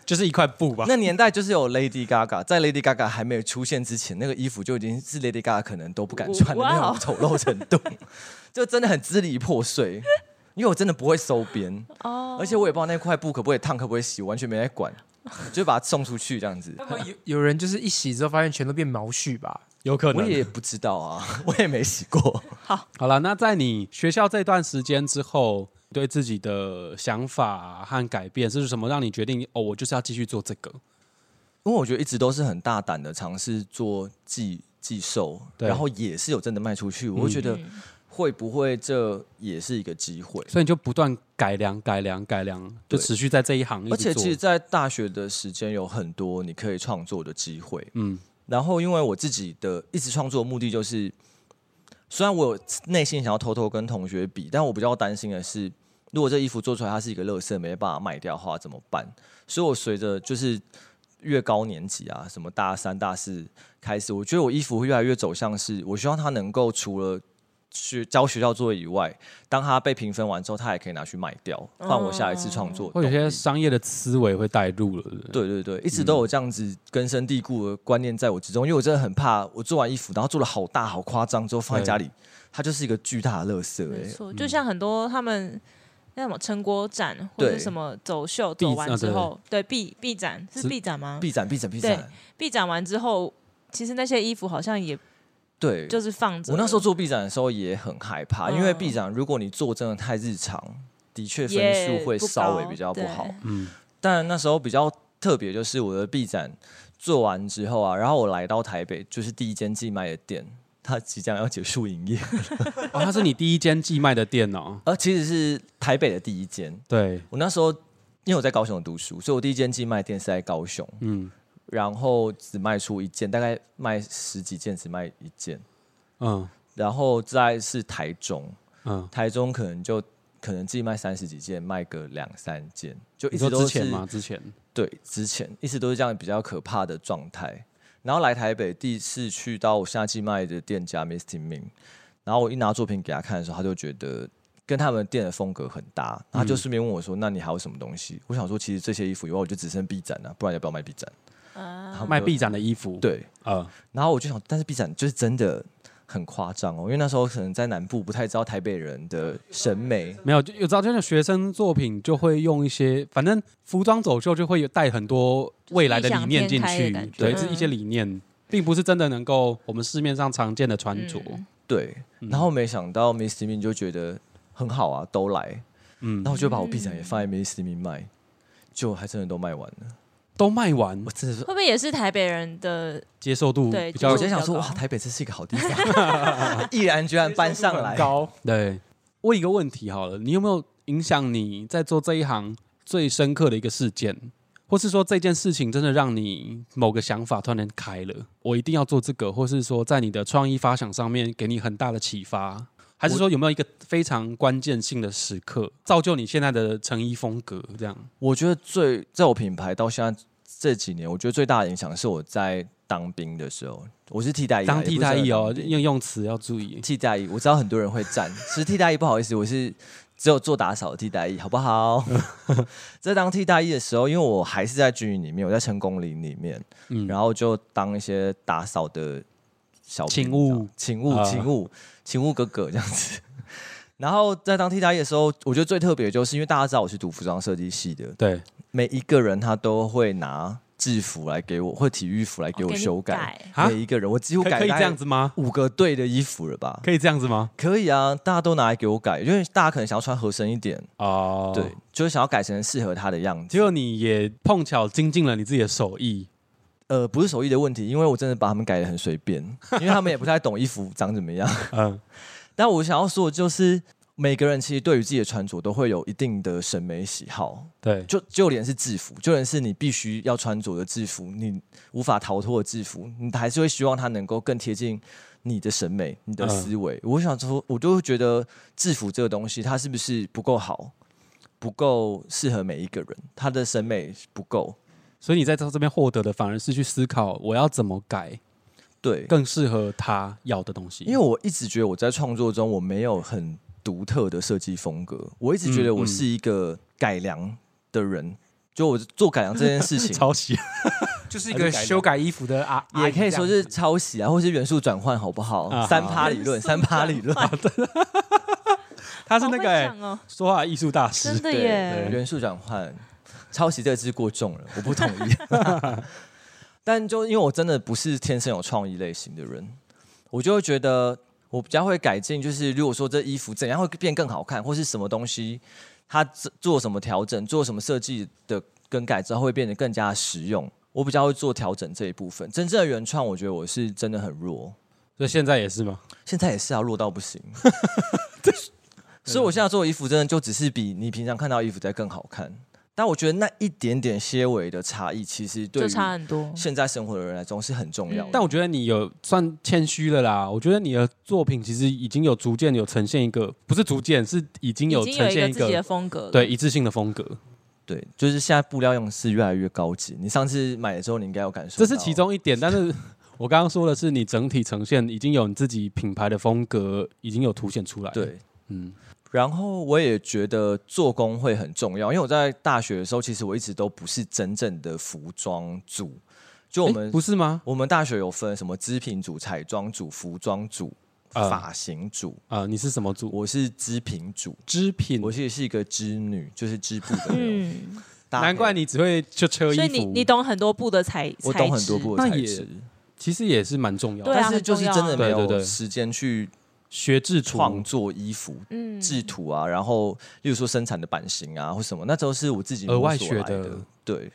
Speaker 1: 就是一块布吧。
Speaker 4: 那年代就是有 Lady Gaga，在 Lady Gaga 还没有出现之前，那个衣服就已经是 Lady Gaga 可能都不敢穿的
Speaker 2: 哇哦
Speaker 4: 那种丑陋程度， 就真的很支离破碎。因为我真的不会收边，
Speaker 2: 哦
Speaker 4: 而且我也不知道那块布可不可以烫，可不可以洗，完全没在管，就把它送出去这样子。
Speaker 3: 有有人就是一洗之后发现全都变毛絮吧？
Speaker 1: 有可
Speaker 4: 我
Speaker 1: 能。
Speaker 4: 也不知道啊，我也没洗过。
Speaker 1: 好了，那在你学校这段时间之后，对自己的想法和改变是什么让你决定？哦，我就是要继续做这个。
Speaker 4: 因为我觉得一直都是很大胆的尝试做寄寄售，
Speaker 1: 对
Speaker 4: 然后也是有真的卖出去，我会觉得
Speaker 2: 嗯
Speaker 4: 会不会这也是一个机会？
Speaker 1: 所以你就不断改良、改良、改良，就
Speaker 4: 对
Speaker 1: 持续在这一行一
Speaker 4: 而
Speaker 1: 直
Speaker 4: 且
Speaker 1: 做
Speaker 4: 其。实，在大学的时间有很多你可以创作的机会。
Speaker 1: 嗯，
Speaker 4: 然后，因为我自己的一直创作的目的就是，虽然我有内心想要偷偷跟同学比，但我比较担心的是，如果这衣服做出来它是一个垃圾，没办法卖掉的话怎么办？所以我随着就是越高年级啊，什么大三、大四开始，我觉得我衣服会越来越走向是，我希望它能够除了。去教学校作业以外，当它被评分完之后，它也可以拿去卖掉，换我下一次创作的
Speaker 1: 会哦有
Speaker 4: 动力。
Speaker 1: 些商业的思维会带入了。对不对
Speaker 4: 对对对，一直都有这样子根深蒂固的观念在我之中，因为我真的很怕我做完衣服，然后做的好大好夸张之后放在家里，它就是一个巨大的垃圾、
Speaker 2: 没
Speaker 4: 欸。
Speaker 2: 错，就像很多他们那什么撑锅展或
Speaker 4: 对
Speaker 2: 者什么走秀
Speaker 1: 闭
Speaker 2: 走完
Speaker 1: 啊
Speaker 2: 之
Speaker 1: 对
Speaker 2: 后，对闭闭展
Speaker 1: 是
Speaker 2: 是闭展吗？
Speaker 4: 必展必展必
Speaker 2: 对
Speaker 4: 展，
Speaker 2: 闭展完之后，其实那些衣服好像也
Speaker 4: 对，
Speaker 2: 就是放着了。
Speaker 4: 我那时候做必展的时候也很害怕，
Speaker 2: 嗯
Speaker 4: 因为必展如果你做真的太日常，的确分
Speaker 2: 也
Speaker 4: 数会
Speaker 2: 不
Speaker 4: 稍微
Speaker 2: 高
Speaker 4: 比较不
Speaker 2: 对
Speaker 4: 好。
Speaker 1: 嗯，
Speaker 4: 但那时候比较特别，就是我的 B 展做完之后啊，然后我来到台北，就是第一间寄卖的店，它即将要结束营业，
Speaker 1: 哦，它是你第一间寄卖的店哦。
Speaker 4: 而其实是台北的第一间。
Speaker 1: 对，
Speaker 4: 我那时候因为我在高雄读书，所以我第一间寄卖店是在高雄，
Speaker 1: 嗯
Speaker 4: 然后只卖出一件，大概卖十几件，只卖一件。
Speaker 1: 嗯
Speaker 4: 然后再是台中，
Speaker 1: 嗯，
Speaker 4: 台中可能就可能自己卖三十几件，卖个两三件，就一
Speaker 1: 你
Speaker 4: 直
Speaker 1: 说
Speaker 4: 都
Speaker 1: 之
Speaker 4: 是
Speaker 1: 前吗？之前
Speaker 4: 对，之前一直都是这样比较可怕的状态。然后来台北第一次去到我夏季卖的店家 Misty Ming，然后我一拿作品给他看的时候，他就觉得跟他们店的风格很搭，然后他就顺便问我说：“那你还有什么东西？”我想说，其实这些衣服以外，我就只剩臂展了、不然要不要卖臂展？
Speaker 5: 嗯
Speaker 4: 然后
Speaker 1: 卖
Speaker 4: 就
Speaker 1: 臂展的衣服。，
Speaker 4: 对，
Speaker 1: 呃，
Speaker 4: 然后我就想，但是 B 展就是真的很夸张哦，因为那时候可能在南部不太知道台北人的审美，
Speaker 1: 没有，就有知道，就是学生作品就会用一些，反正服装走秀就会有带很多未来的理念进
Speaker 5: 就是异
Speaker 1: 去
Speaker 5: 想天开的感，觉
Speaker 1: 对，
Speaker 2: 嗯
Speaker 1: 是一些理念，并不是真的能够我们市面上常见的穿着。
Speaker 2: 嗯
Speaker 4: 对。然后没想到 Miss Min 就觉得很好啊，都来，
Speaker 1: 嗯
Speaker 4: 然后我就把我 B 展也放在 Miss Min 卖，就还真的都卖完了。
Speaker 1: 都卖完
Speaker 4: 我，真的是
Speaker 2: 会，不会也是台北人的？
Speaker 1: 接受度
Speaker 2: 对
Speaker 1: 比
Speaker 2: 接
Speaker 1: 较
Speaker 4: 我
Speaker 2: 受
Speaker 4: 就想说，
Speaker 2: 比较
Speaker 4: 哇，
Speaker 2: 高
Speaker 4: 台北真是一个好地方，啊 毅然决然搬上来。
Speaker 3: 高，
Speaker 1: 对。问一个问题好了，你有没有影响你在做这一行最深刻的一个事件，或是说这件事情真的让你某个想法突然开了，我一定要做这个，或是说在你的创意发想上面给你很大的启发，还是说有没有一个非常关键性的时刻造就你现在的成衣风格这样？
Speaker 4: 我觉得最在我品牌到现在这几年，我觉得最大的影响是我在当兵的时候，我是替代役啊，
Speaker 1: 当
Speaker 4: 也不
Speaker 1: 替
Speaker 4: 是
Speaker 1: 代役
Speaker 4: 当
Speaker 1: 哦，
Speaker 4: 兵
Speaker 1: 用用词要注意。
Speaker 4: 替代役，我知道很多人会站， 其实替代役不好意思，我是只有做打扫的替代役，好不好？ 在当替代役的时候，因为我还是在军营里面，我在成功林里面，
Speaker 1: 嗯，
Speaker 4: 然后就当一些打扫的小兵
Speaker 1: 勤务
Speaker 4: 勤务、
Speaker 1: 啊
Speaker 4: 勤务、勤务哥哥这样子。 然后在当替代役的时候，我觉得最特别的就是因为大家知道我是读服装设计系的，
Speaker 1: 对，
Speaker 4: 每一个人他都会拿制服来给我，或体育服来
Speaker 1: 哦
Speaker 4: 给我
Speaker 2: 给你
Speaker 4: 修改。
Speaker 2: 改
Speaker 1: 啊
Speaker 4: 每一个人，我几乎
Speaker 1: 可
Speaker 4: 改
Speaker 1: 可以
Speaker 4: 大
Speaker 1: 这
Speaker 4: 概
Speaker 1: 样子吗？
Speaker 4: 五个队的衣服了吧？
Speaker 1: 可以这样子吗？
Speaker 4: 可以啊，大家都拿来给我改，因为大家可能想要穿合身一点，
Speaker 1: 哦，
Speaker 4: 对，就是想要改成适合他的样
Speaker 1: 结
Speaker 4: 子。
Speaker 1: 果你也碰巧精进了你自己的手艺，
Speaker 4: 呃，不是手艺的问题，因为我真的把他们改的很随便，因为他们也不太懂衣服长怎么样。
Speaker 1: 嗯，
Speaker 4: 但我想要说的就是，每个人其实对于自己的穿着都会有一定的审美喜好，
Speaker 1: 对，
Speaker 4: 就就连是制服，就连是你必须要穿着的制服，你无法逃脱的制服，你还是会希望它能够更贴近你的审美、你的
Speaker 1: 嗯
Speaker 4: 思维。我想说，我就会觉得制服这个东西，它是不是不够好，不够适合每一个人，他的审美不够。
Speaker 1: 所以你在这这边获得的反而是去思考我要怎么改
Speaker 4: 对，
Speaker 1: 更适合他要的东西。
Speaker 4: 因为我一直觉得我在创作中我没有很独特的设计风格，我一直
Speaker 1: 嗯
Speaker 4: 觉得我是一个改良的人，就我做改良这件事情。
Speaker 1: 抄袭，
Speaker 3: 就是一个修改衣服的啊，
Speaker 4: 也可以说是抄袭啊，或是元素转换，好不
Speaker 1: 啊
Speaker 4: 好？三趴理论，三趴理论，
Speaker 1: 他是那个、哎欸
Speaker 2: 好会讲哦，
Speaker 1: 说话艺术大
Speaker 2: 真
Speaker 1: 师。
Speaker 2: 的
Speaker 4: 对，
Speaker 2: 耶，
Speaker 4: 元素转换，抄袭这个字过重了，我不同意。但就因为我真的不是天生有创意类型的人，我就会觉得我比较会改进，就是如果说这衣服怎样会变更好看，或是什么东西，它做做什么调整，做什么设计的更改之后会变得更加实用。我比较会做调整这一部分，真正的原创，我觉得我是真的很弱，
Speaker 1: 所以现在也是吗？
Speaker 4: 现在也是啊，弱到不行。 所以我现在做的衣服真的就只是比你平常看到的衣服再更好看，但我觉得那一点点些微的差异，其实对
Speaker 2: 就
Speaker 4: 于
Speaker 2: 差很多。嗯
Speaker 4: 现在生活的人来说是很重要的。
Speaker 1: 但我觉得你有算谦虚了啦。我觉得你的作品其实已经有逐渐有呈现一个，不是逐渐，是已经有
Speaker 2: 已经有
Speaker 1: 呈
Speaker 2: 一个
Speaker 1: 现一
Speaker 2: 自己的
Speaker 1: 个
Speaker 2: 风格了，
Speaker 1: 对一致性的风格。
Speaker 4: 对，就是现在布料用的是越来越高级。你上次买的时候，你应该有感受
Speaker 1: 这
Speaker 4: 到，
Speaker 1: 是其中一点，但是 我刚刚说的是你整体呈现已经有你自己品牌的风格，已经有凸显出来。，
Speaker 4: 对。
Speaker 1: 嗯，
Speaker 4: 然后我也觉得做工会很重要，因为我在大学的时候，其实我一直都不是真正的服装组，就我
Speaker 1: 诶
Speaker 4: 们
Speaker 1: 不是吗？
Speaker 4: 我们大学有分什么织品组、彩妆组、服装组、
Speaker 1: 呃
Speaker 4: 发型组，
Speaker 1: 啊、你是什么组？
Speaker 4: 我是织品组。
Speaker 1: 织品
Speaker 4: 我其实是一个织女，就是织布的那种。
Speaker 2: 嗯，
Speaker 4: 搭配
Speaker 1: 难怪你只会就车衣服，
Speaker 2: 所以你你懂很多布的材，
Speaker 4: 我懂很多布
Speaker 1: 材质
Speaker 4: 的材
Speaker 1: 那也
Speaker 4: 质，
Speaker 1: 其实也是蛮重要的。
Speaker 2: 对啊
Speaker 4: 但是就是真的没
Speaker 1: 很重要
Speaker 4: 有
Speaker 1: 啊
Speaker 4: 时间去
Speaker 1: 学制图
Speaker 4: 创作衣服、
Speaker 2: 嗯，
Speaker 4: 制图啊，然后例如说生产的版型啊或什么，那都是我自己
Speaker 1: 额外
Speaker 4: 摸索
Speaker 1: 学
Speaker 4: 来
Speaker 1: 的
Speaker 4: 的。对，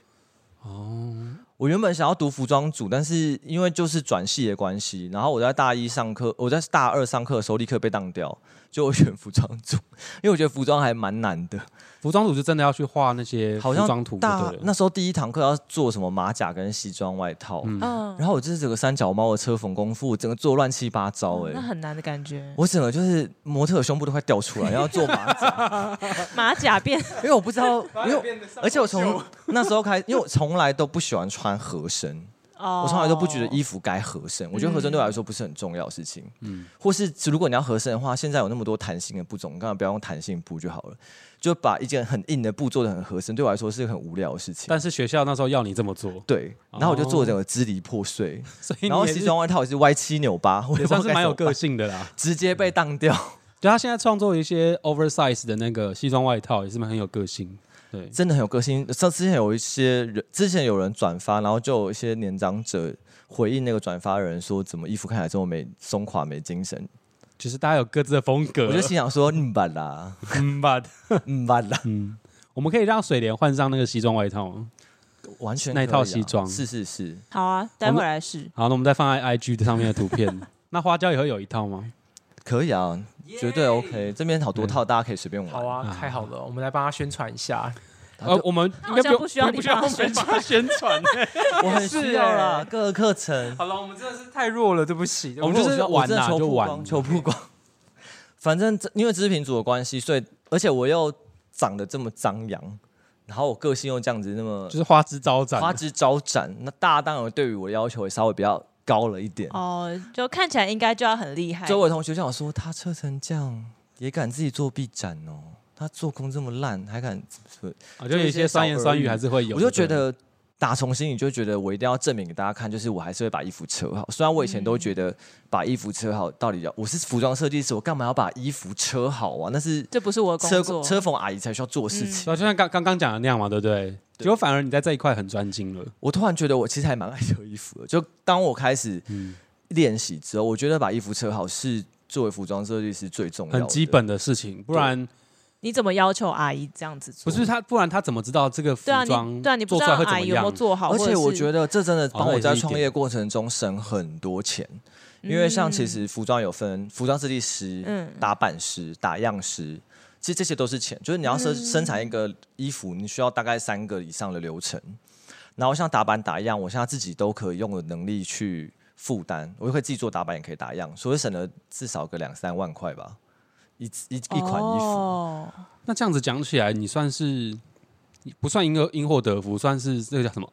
Speaker 4: 哦，我原本想要读服装组，但是因为就是转系的关系，然后我在大一上课，我在大二上课的时候立刻被当掉，就我选服装组，因为我觉得服装还蛮难的。
Speaker 1: 服装组是真的要去画那些服
Speaker 4: 好像
Speaker 1: 装图，对
Speaker 4: 大
Speaker 1: 了。
Speaker 4: 那时候第一堂课要做什么马甲跟西装外套，
Speaker 2: 嗯，
Speaker 4: 然后我就是整个三角猫的车缝功夫，整个做乱七八糟哎、
Speaker 2: 嗯那很难的感觉，
Speaker 4: 我整个就是模特的胸部都快掉出来，然后做马甲，
Speaker 2: 马甲 变
Speaker 4: 因为我不知道，因为而且我从那时候开，因为我从来都不喜欢穿合身，
Speaker 2: 哦，
Speaker 4: 我从来都不觉得衣服该合身，我觉得合身对我来说不是很重要的事情。嗯，或是如果你要合身的话，现在有那么多弹性的布种，你干嘛不要用弹性布就好了？就把一件很硬的布做的很合身，对我来说是一个很无聊的事情。
Speaker 1: 但是学校那时候要你这么 做，
Speaker 4: 对，然后我就做整个支离破碎，
Speaker 1: 所 以你
Speaker 4: 然后
Speaker 1: 也是
Speaker 4: 西装外套也是歪七扭八，我
Speaker 1: 也算是蛮有个
Speaker 4: 性，
Speaker 1: 性的啦。
Speaker 4: 直接被当掉。
Speaker 1: 对他现在创作一些 oversize 的那个西装外套，也是蛮很有个性。对，
Speaker 4: 真的很有个性。像之前有一些人，之前有人转发，然后就有一些年长者回应那个转发的人说，怎么衣服看起来这么没松垮、没精神？
Speaker 1: 就是大家有各自的风格。
Speaker 4: 我就心想说，嗯吧啦，
Speaker 1: 嗯吧，
Speaker 4: 嗯吧 啦，
Speaker 1: 我们可以让水莲换上那个西装外套吗？
Speaker 4: 完全
Speaker 1: 那一套
Speaker 4: 可以啊
Speaker 1: 西装
Speaker 4: 是是是，
Speaker 2: 好啊，待会来试。
Speaker 1: 好，那我们再放在 IG 的上面的图 片。那花椒也会有一套吗？
Speaker 4: 可以啊，绝对 OK。这边好多套，大家可以随便玩。
Speaker 3: 好啊，太好了，我们来帮他宣传一下。
Speaker 1: 呃，我们应该
Speaker 2: 好像
Speaker 1: 不
Speaker 2: 不需要你
Speaker 1: 不需要
Speaker 2: 帮他宣传
Speaker 1: 我们帮他哦宣传。
Speaker 4: 我很需要啦，各个课 程。
Speaker 3: 好了，我们真的是太弱了，对不起。
Speaker 1: 我们就是
Speaker 4: 如果
Speaker 1: 玩
Speaker 4: 我真的
Speaker 1: 呐
Speaker 4: 求
Speaker 1: 就
Speaker 4: 曝
Speaker 1: 玩
Speaker 4: 光求曝光。 反正这因为知频组的关系，所以而且我又长得这么张扬，然后我个性又这样子那么
Speaker 1: 就是花枝招展，
Speaker 4: 花枝招展，那大家当然对于我的要求也稍微比较高了一点。
Speaker 2: 哦，就看起来应该就要很厉害。
Speaker 4: 周围同学就想说，他车成这样也敢自己做臂展哦，他做工这么烂还敢，
Speaker 1: 啊就有一些酸言酸语还是会有。
Speaker 4: 我就觉
Speaker 1: 对不对
Speaker 4: 得打从心里就觉得我一定要证明给大家看，就是我还是会把衣服扯好。虽然我以前都觉得把衣服扯好到底要，我是服装设计师，我干嘛要把衣服扯好啊？那是
Speaker 2: 这不是我的
Speaker 4: 车
Speaker 2: 工作，
Speaker 4: 车缝阿姨才需要做的事情。
Speaker 1: 对啊，就像刚刚刚讲的那样嘛，对不对？结果反而你在这一块很专精了。
Speaker 4: 我突然觉得我其实还蛮爱扯衣服的。就当我开始
Speaker 1: 嗯
Speaker 4: 练习之后，我觉得把衣服扯好是作为服装设计师最重要的，
Speaker 1: 很基。本的事情，不然
Speaker 2: 你怎么要求阿姨这样子
Speaker 1: 不
Speaker 2: 做？
Speaker 1: 是他，不然他怎么知道这个服
Speaker 2: 对啊，
Speaker 1: 装
Speaker 2: 你对啊，你不
Speaker 1: 做
Speaker 2: 知
Speaker 1: 出
Speaker 2: 道
Speaker 1: 来会怎
Speaker 2: 阿
Speaker 1: 么
Speaker 2: 姨有没有
Speaker 1: 样？
Speaker 2: 做好，
Speaker 4: 而且我觉
Speaker 2: 得
Speaker 4: 得这真的帮
Speaker 1: 哦那
Speaker 4: 我
Speaker 1: 也
Speaker 4: 在
Speaker 1: 是一
Speaker 4: 创
Speaker 1: 点
Speaker 4: 业过程中省很多钱，因为像其实服装有分服装设计师、
Speaker 2: 嗯
Speaker 4: 打版师、打样师，其实这些都是钱，就是你要
Speaker 2: 嗯
Speaker 4: 生生产一个衣服，你需要大概三个以上的流程。然后像打版、打样，我现在自己都可以用的能力去负担，我就可以自己做打版，也可以打样，所以省了至少个两三万块吧，一一一款衣服。
Speaker 2: 哦、
Speaker 1: 那这样子讲起来，你算是不算因祸因祸得福，算是这个叫什 么？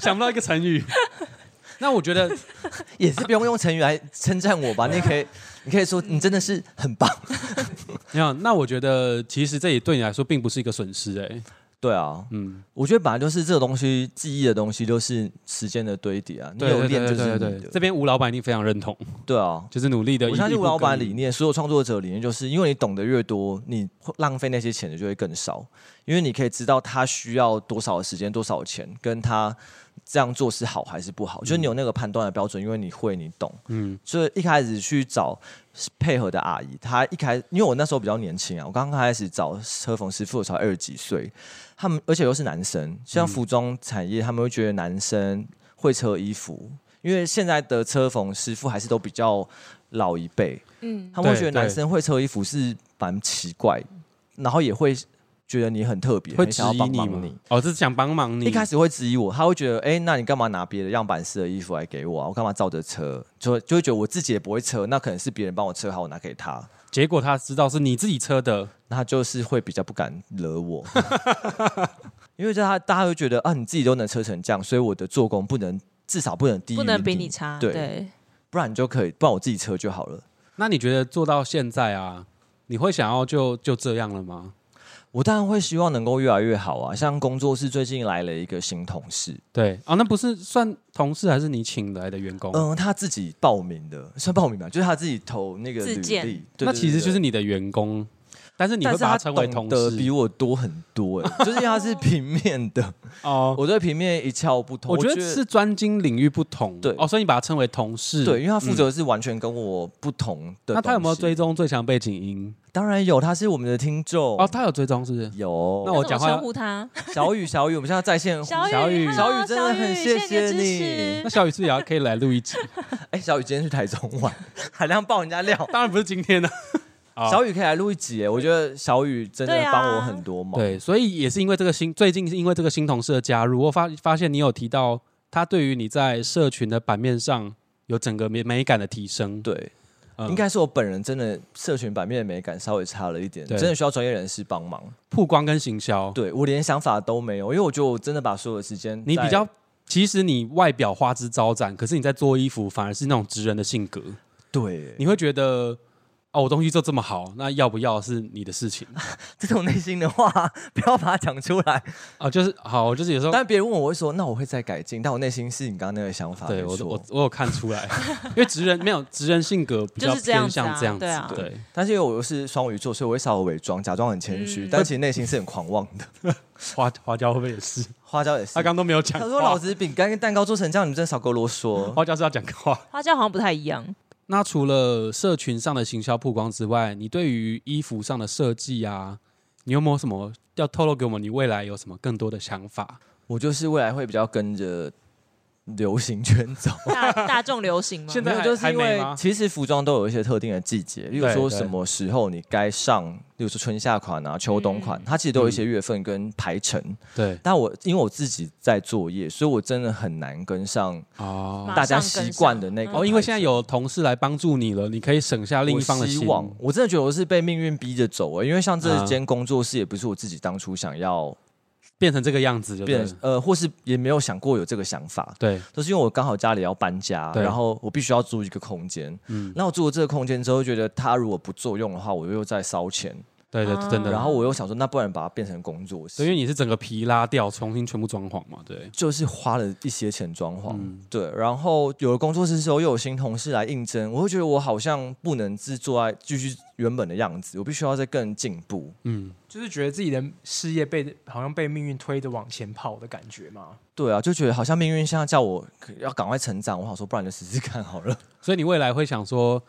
Speaker 1: 想不到一个成语。那我觉得
Speaker 4: 也是不用用成语来称赞我吧，你 可以，你可以说你真的是很棒。
Speaker 1: 没有，那我觉得其实这也对你来说并不是一个损失哎、
Speaker 4: 对啊，嗯，我觉得本来就是这个东西，记忆的东西就是时间的堆叠啊，你有练就是你的，
Speaker 1: 这边吴老板一定非常认同，
Speaker 4: 对啊。
Speaker 1: 就是努力的。
Speaker 4: 我相信吴老板的理念，所有创作者的理念就是，因为你懂得越多，你会浪费那些钱的就会更少，因为你可以知道他需要多少的时间、多少的钱，跟他这样做是好还是不好，就是你有那个判断的标准，因为你会，你懂。嗯，所以一开始去找配合的阿姨，她一开，因为我那时候比较年轻啊，我刚刚开始找车缝师傅我才二十几岁，他们而且又是男生，
Speaker 1: 嗯
Speaker 4: 像服装产业，他们会觉得男生会车衣服，因为现在的车缝师傅还是都比较老一辈，
Speaker 2: 嗯，
Speaker 4: 他们会
Speaker 1: 对
Speaker 4: 觉得男
Speaker 1: 对
Speaker 4: 生会车衣服是蛮奇怪，然后也会觉得你很特别，
Speaker 1: 会
Speaker 4: 很
Speaker 1: 质
Speaker 4: 想要
Speaker 1: 疑
Speaker 4: 帮
Speaker 1: 你
Speaker 4: 忙
Speaker 1: 吗？哦，这是想帮忙你。
Speaker 4: 一开始会质疑我，他会觉得，哎、那你干嘛拿别的样板式的衣服来给我啊？我干嘛照着车？就会就会觉得我自己也不会车，那可能是别人帮我车好，我拿给他，
Speaker 1: 结果他知道是你自己车的，
Speaker 4: 那他就是会比较不敢惹我， 因为这他大家会觉得啊，你自己都能车成这样，所以我的做工不能至少不能低于，
Speaker 2: 不能比你差，
Speaker 4: 对，
Speaker 2: 对，
Speaker 4: 不然你就可以，不然我自己车就好了。
Speaker 1: 那你觉得做到现在啊，你会想要就就这样了吗？
Speaker 4: 我当然会希望能够越来越好啊！像工作室最近来了一个新同事，
Speaker 1: 对啊，那不是算同事还是你请来的员工？
Speaker 4: 嗯、他自己报名的，算报名吧，就是他自己投那个
Speaker 2: 自
Speaker 4: 履
Speaker 2: 荐
Speaker 4: 历。对
Speaker 1: 那其实就是
Speaker 4: 你。对对
Speaker 1: 你的员工，但是你
Speaker 4: 但
Speaker 1: 会
Speaker 4: 是
Speaker 1: 把它
Speaker 4: 他
Speaker 1: 称为同
Speaker 4: 懂得
Speaker 1: 事
Speaker 4: 比我多很 多、哎，就是因为他是平面的，
Speaker 1: 哦。
Speaker 4: 我对平面一窍不通。
Speaker 1: 我觉得是专精领域不同，
Speaker 4: 对
Speaker 1: 哦，所以你把它称为同事，
Speaker 4: 对，因为他负
Speaker 1: 嗯
Speaker 4: 责的是完全跟我不同的、
Speaker 1: 那他有没有追？踪最强背景音？
Speaker 4: 当然有，他是我们的听众
Speaker 1: 哦，他有追踪是不是？
Speaker 4: 有。
Speaker 1: 那我讲话
Speaker 2: 称呼他
Speaker 4: 小雨，小雨，我们现在在线。
Speaker 1: 雨
Speaker 2: 小
Speaker 1: 雨
Speaker 2: hello，
Speaker 4: 小雨真的很
Speaker 2: 小雨
Speaker 4: 谢
Speaker 2: 谢你
Speaker 4: 谢
Speaker 2: 的
Speaker 4: 你
Speaker 2: 支持
Speaker 1: 那小雨是不是也要可以来录一 集？
Speaker 4: 哎、小雨今天去台中玩，海量爆人家料。
Speaker 1: 当然不是今天的、 啊好
Speaker 4: 小雨可以来录一集，哎我觉得小雨真的
Speaker 2: 对啊
Speaker 4: 帮我很多忙。
Speaker 1: 对，所以也是因为这个新，最近是因为这个新同事的加入，我发发现你有提到他对于你在社群的版面上有整个美美感的提升，
Speaker 4: 对，
Speaker 1: 嗯
Speaker 4: 应该是我本人真的社群版面的美感稍微差了一点，
Speaker 1: 对哦
Speaker 4: 真的需要专业人士帮忙。
Speaker 1: 曝光跟行销，
Speaker 4: 对我连想法都没有，因为我觉得我真的把所有的时间
Speaker 1: 你比
Speaker 4: 在
Speaker 1: 较。其实你外表花枝招展，可是你在做衣服反而是那种直人的性格，
Speaker 4: 对，
Speaker 1: 你会觉得哦，我东西做这么好，那要不要是你的事情
Speaker 4: 这种内心的话 不要把它讲出来。
Speaker 1: 啊？就是好，就是有时候
Speaker 4: 但别人问我，我会说那我会再改进，但我内心是你刚刚那个想法。
Speaker 1: 对
Speaker 4: 没
Speaker 1: 我
Speaker 4: 错
Speaker 1: 我我有看出来，因为直人没有直人性格比较
Speaker 2: 就是这样
Speaker 1: 偏
Speaker 2: 子啊
Speaker 1: 向这样子，
Speaker 2: 对啊
Speaker 1: 对。
Speaker 4: 但是因为我又是双鱼座，所以我会稍微伪装，假装很谦虚，
Speaker 2: 嗯
Speaker 4: 但其实内心是很狂妄的。
Speaker 1: 花花椒会不会也是？
Speaker 4: 花椒也是，
Speaker 1: 他刚都哦没有讲
Speaker 4: 他
Speaker 1: 话。
Speaker 4: 说老子饼干跟蛋糕做成这样，你们真的少给我啰嗦。
Speaker 1: 花椒是要讲话。
Speaker 2: 花椒好像不太一样。
Speaker 1: 那除了社群上的行销曝光之外，你对于衣服上的设计啊，你有没有什么要透露给我们？你未来有什么更多的想法？
Speaker 4: 我就是未来会比较跟着流行圈走。
Speaker 2: 大大众流行吗？
Speaker 1: 现
Speaker 4: 没
Speaker 1: 在
Speaker 4: 有，
Speaker 1: 还
Speaker 4: 就
Speaker 1: 还
Speaker 4: 是因
Speaker 1: 没
Speaker 4: 为
Speaker 1: 吗
Speaker 4: 其实服装都有一些特定的季节，例如
Speaker 1: 对
Speaker 4: 说
Speaker 1: 对
Speaker 4: 什么时候你该上，例如说春夏款啊、秋冬
Speaker 1: 嗯
Speaker 4: 款，它其实都有一些月份跟排程。
Speaker 1: 对，
Speaker 4: 但我因为我自己在作业，所以我真的很难跟上
Speaker 1: 哦
Speaker 2: 马上
Speaker 4: 大家
Speaker 2: 跟上
Speaker 4: 习惯的那个排程。
Speaker 1: 哦，因为现在有同事来帮助你了，你可以省下另一方的
Speaker 4: 我
Speaker 1: 心
Speaker 4: 希望，我真的觉得我是被命运逼着走啊、因为像这间工作室也不是我自己当初想要
Speaker 1: 变成这个样子就对
Speaker 4: 变
Speaker 1: 了，
Speaker 4: 成，呃，或是也没有想过有这个想法。
Speaker 1: 对，
Speaker 4: 都是因为我刚好家里要搬家，
Speaker 1: 对
Speaker 4: 然后我必须要租一个空间。
Speaker 1: 嗯，
Speaker 4: 那我租了这个空间之后，觉得它如果不作用的话，我又在烧钱。
Speaker 1: 对对，
Speaker 2: 啊
Speaker 1: 真的。
Speaker 4: 然后我又想说，那不然把它变成工作
Speaker 1: 对，因为
Speaker 4: 室，
Speaker 1: 你是整个皮拉掉，重新全部装潢嘛，对，
Speaker 4: 就是花了一些钱装潢。
Speaker 1: 嗯
Speaker 4: 对，然后有了工作室之后，又有新同事来应征，我会觉得我好像不能只做在继续原本的样子，我必须要再更进步。
Speaker 1: 嗯，
Speaker 3: 就是觉得自己的事业被好像被命运推着往前跑的感觉嘛。
Speaker 4: 对啊，就觉得好像命运现在叫我可要赶快成长，我想说不然就试试看好了。
Speaker 1: 所以你未来会想说，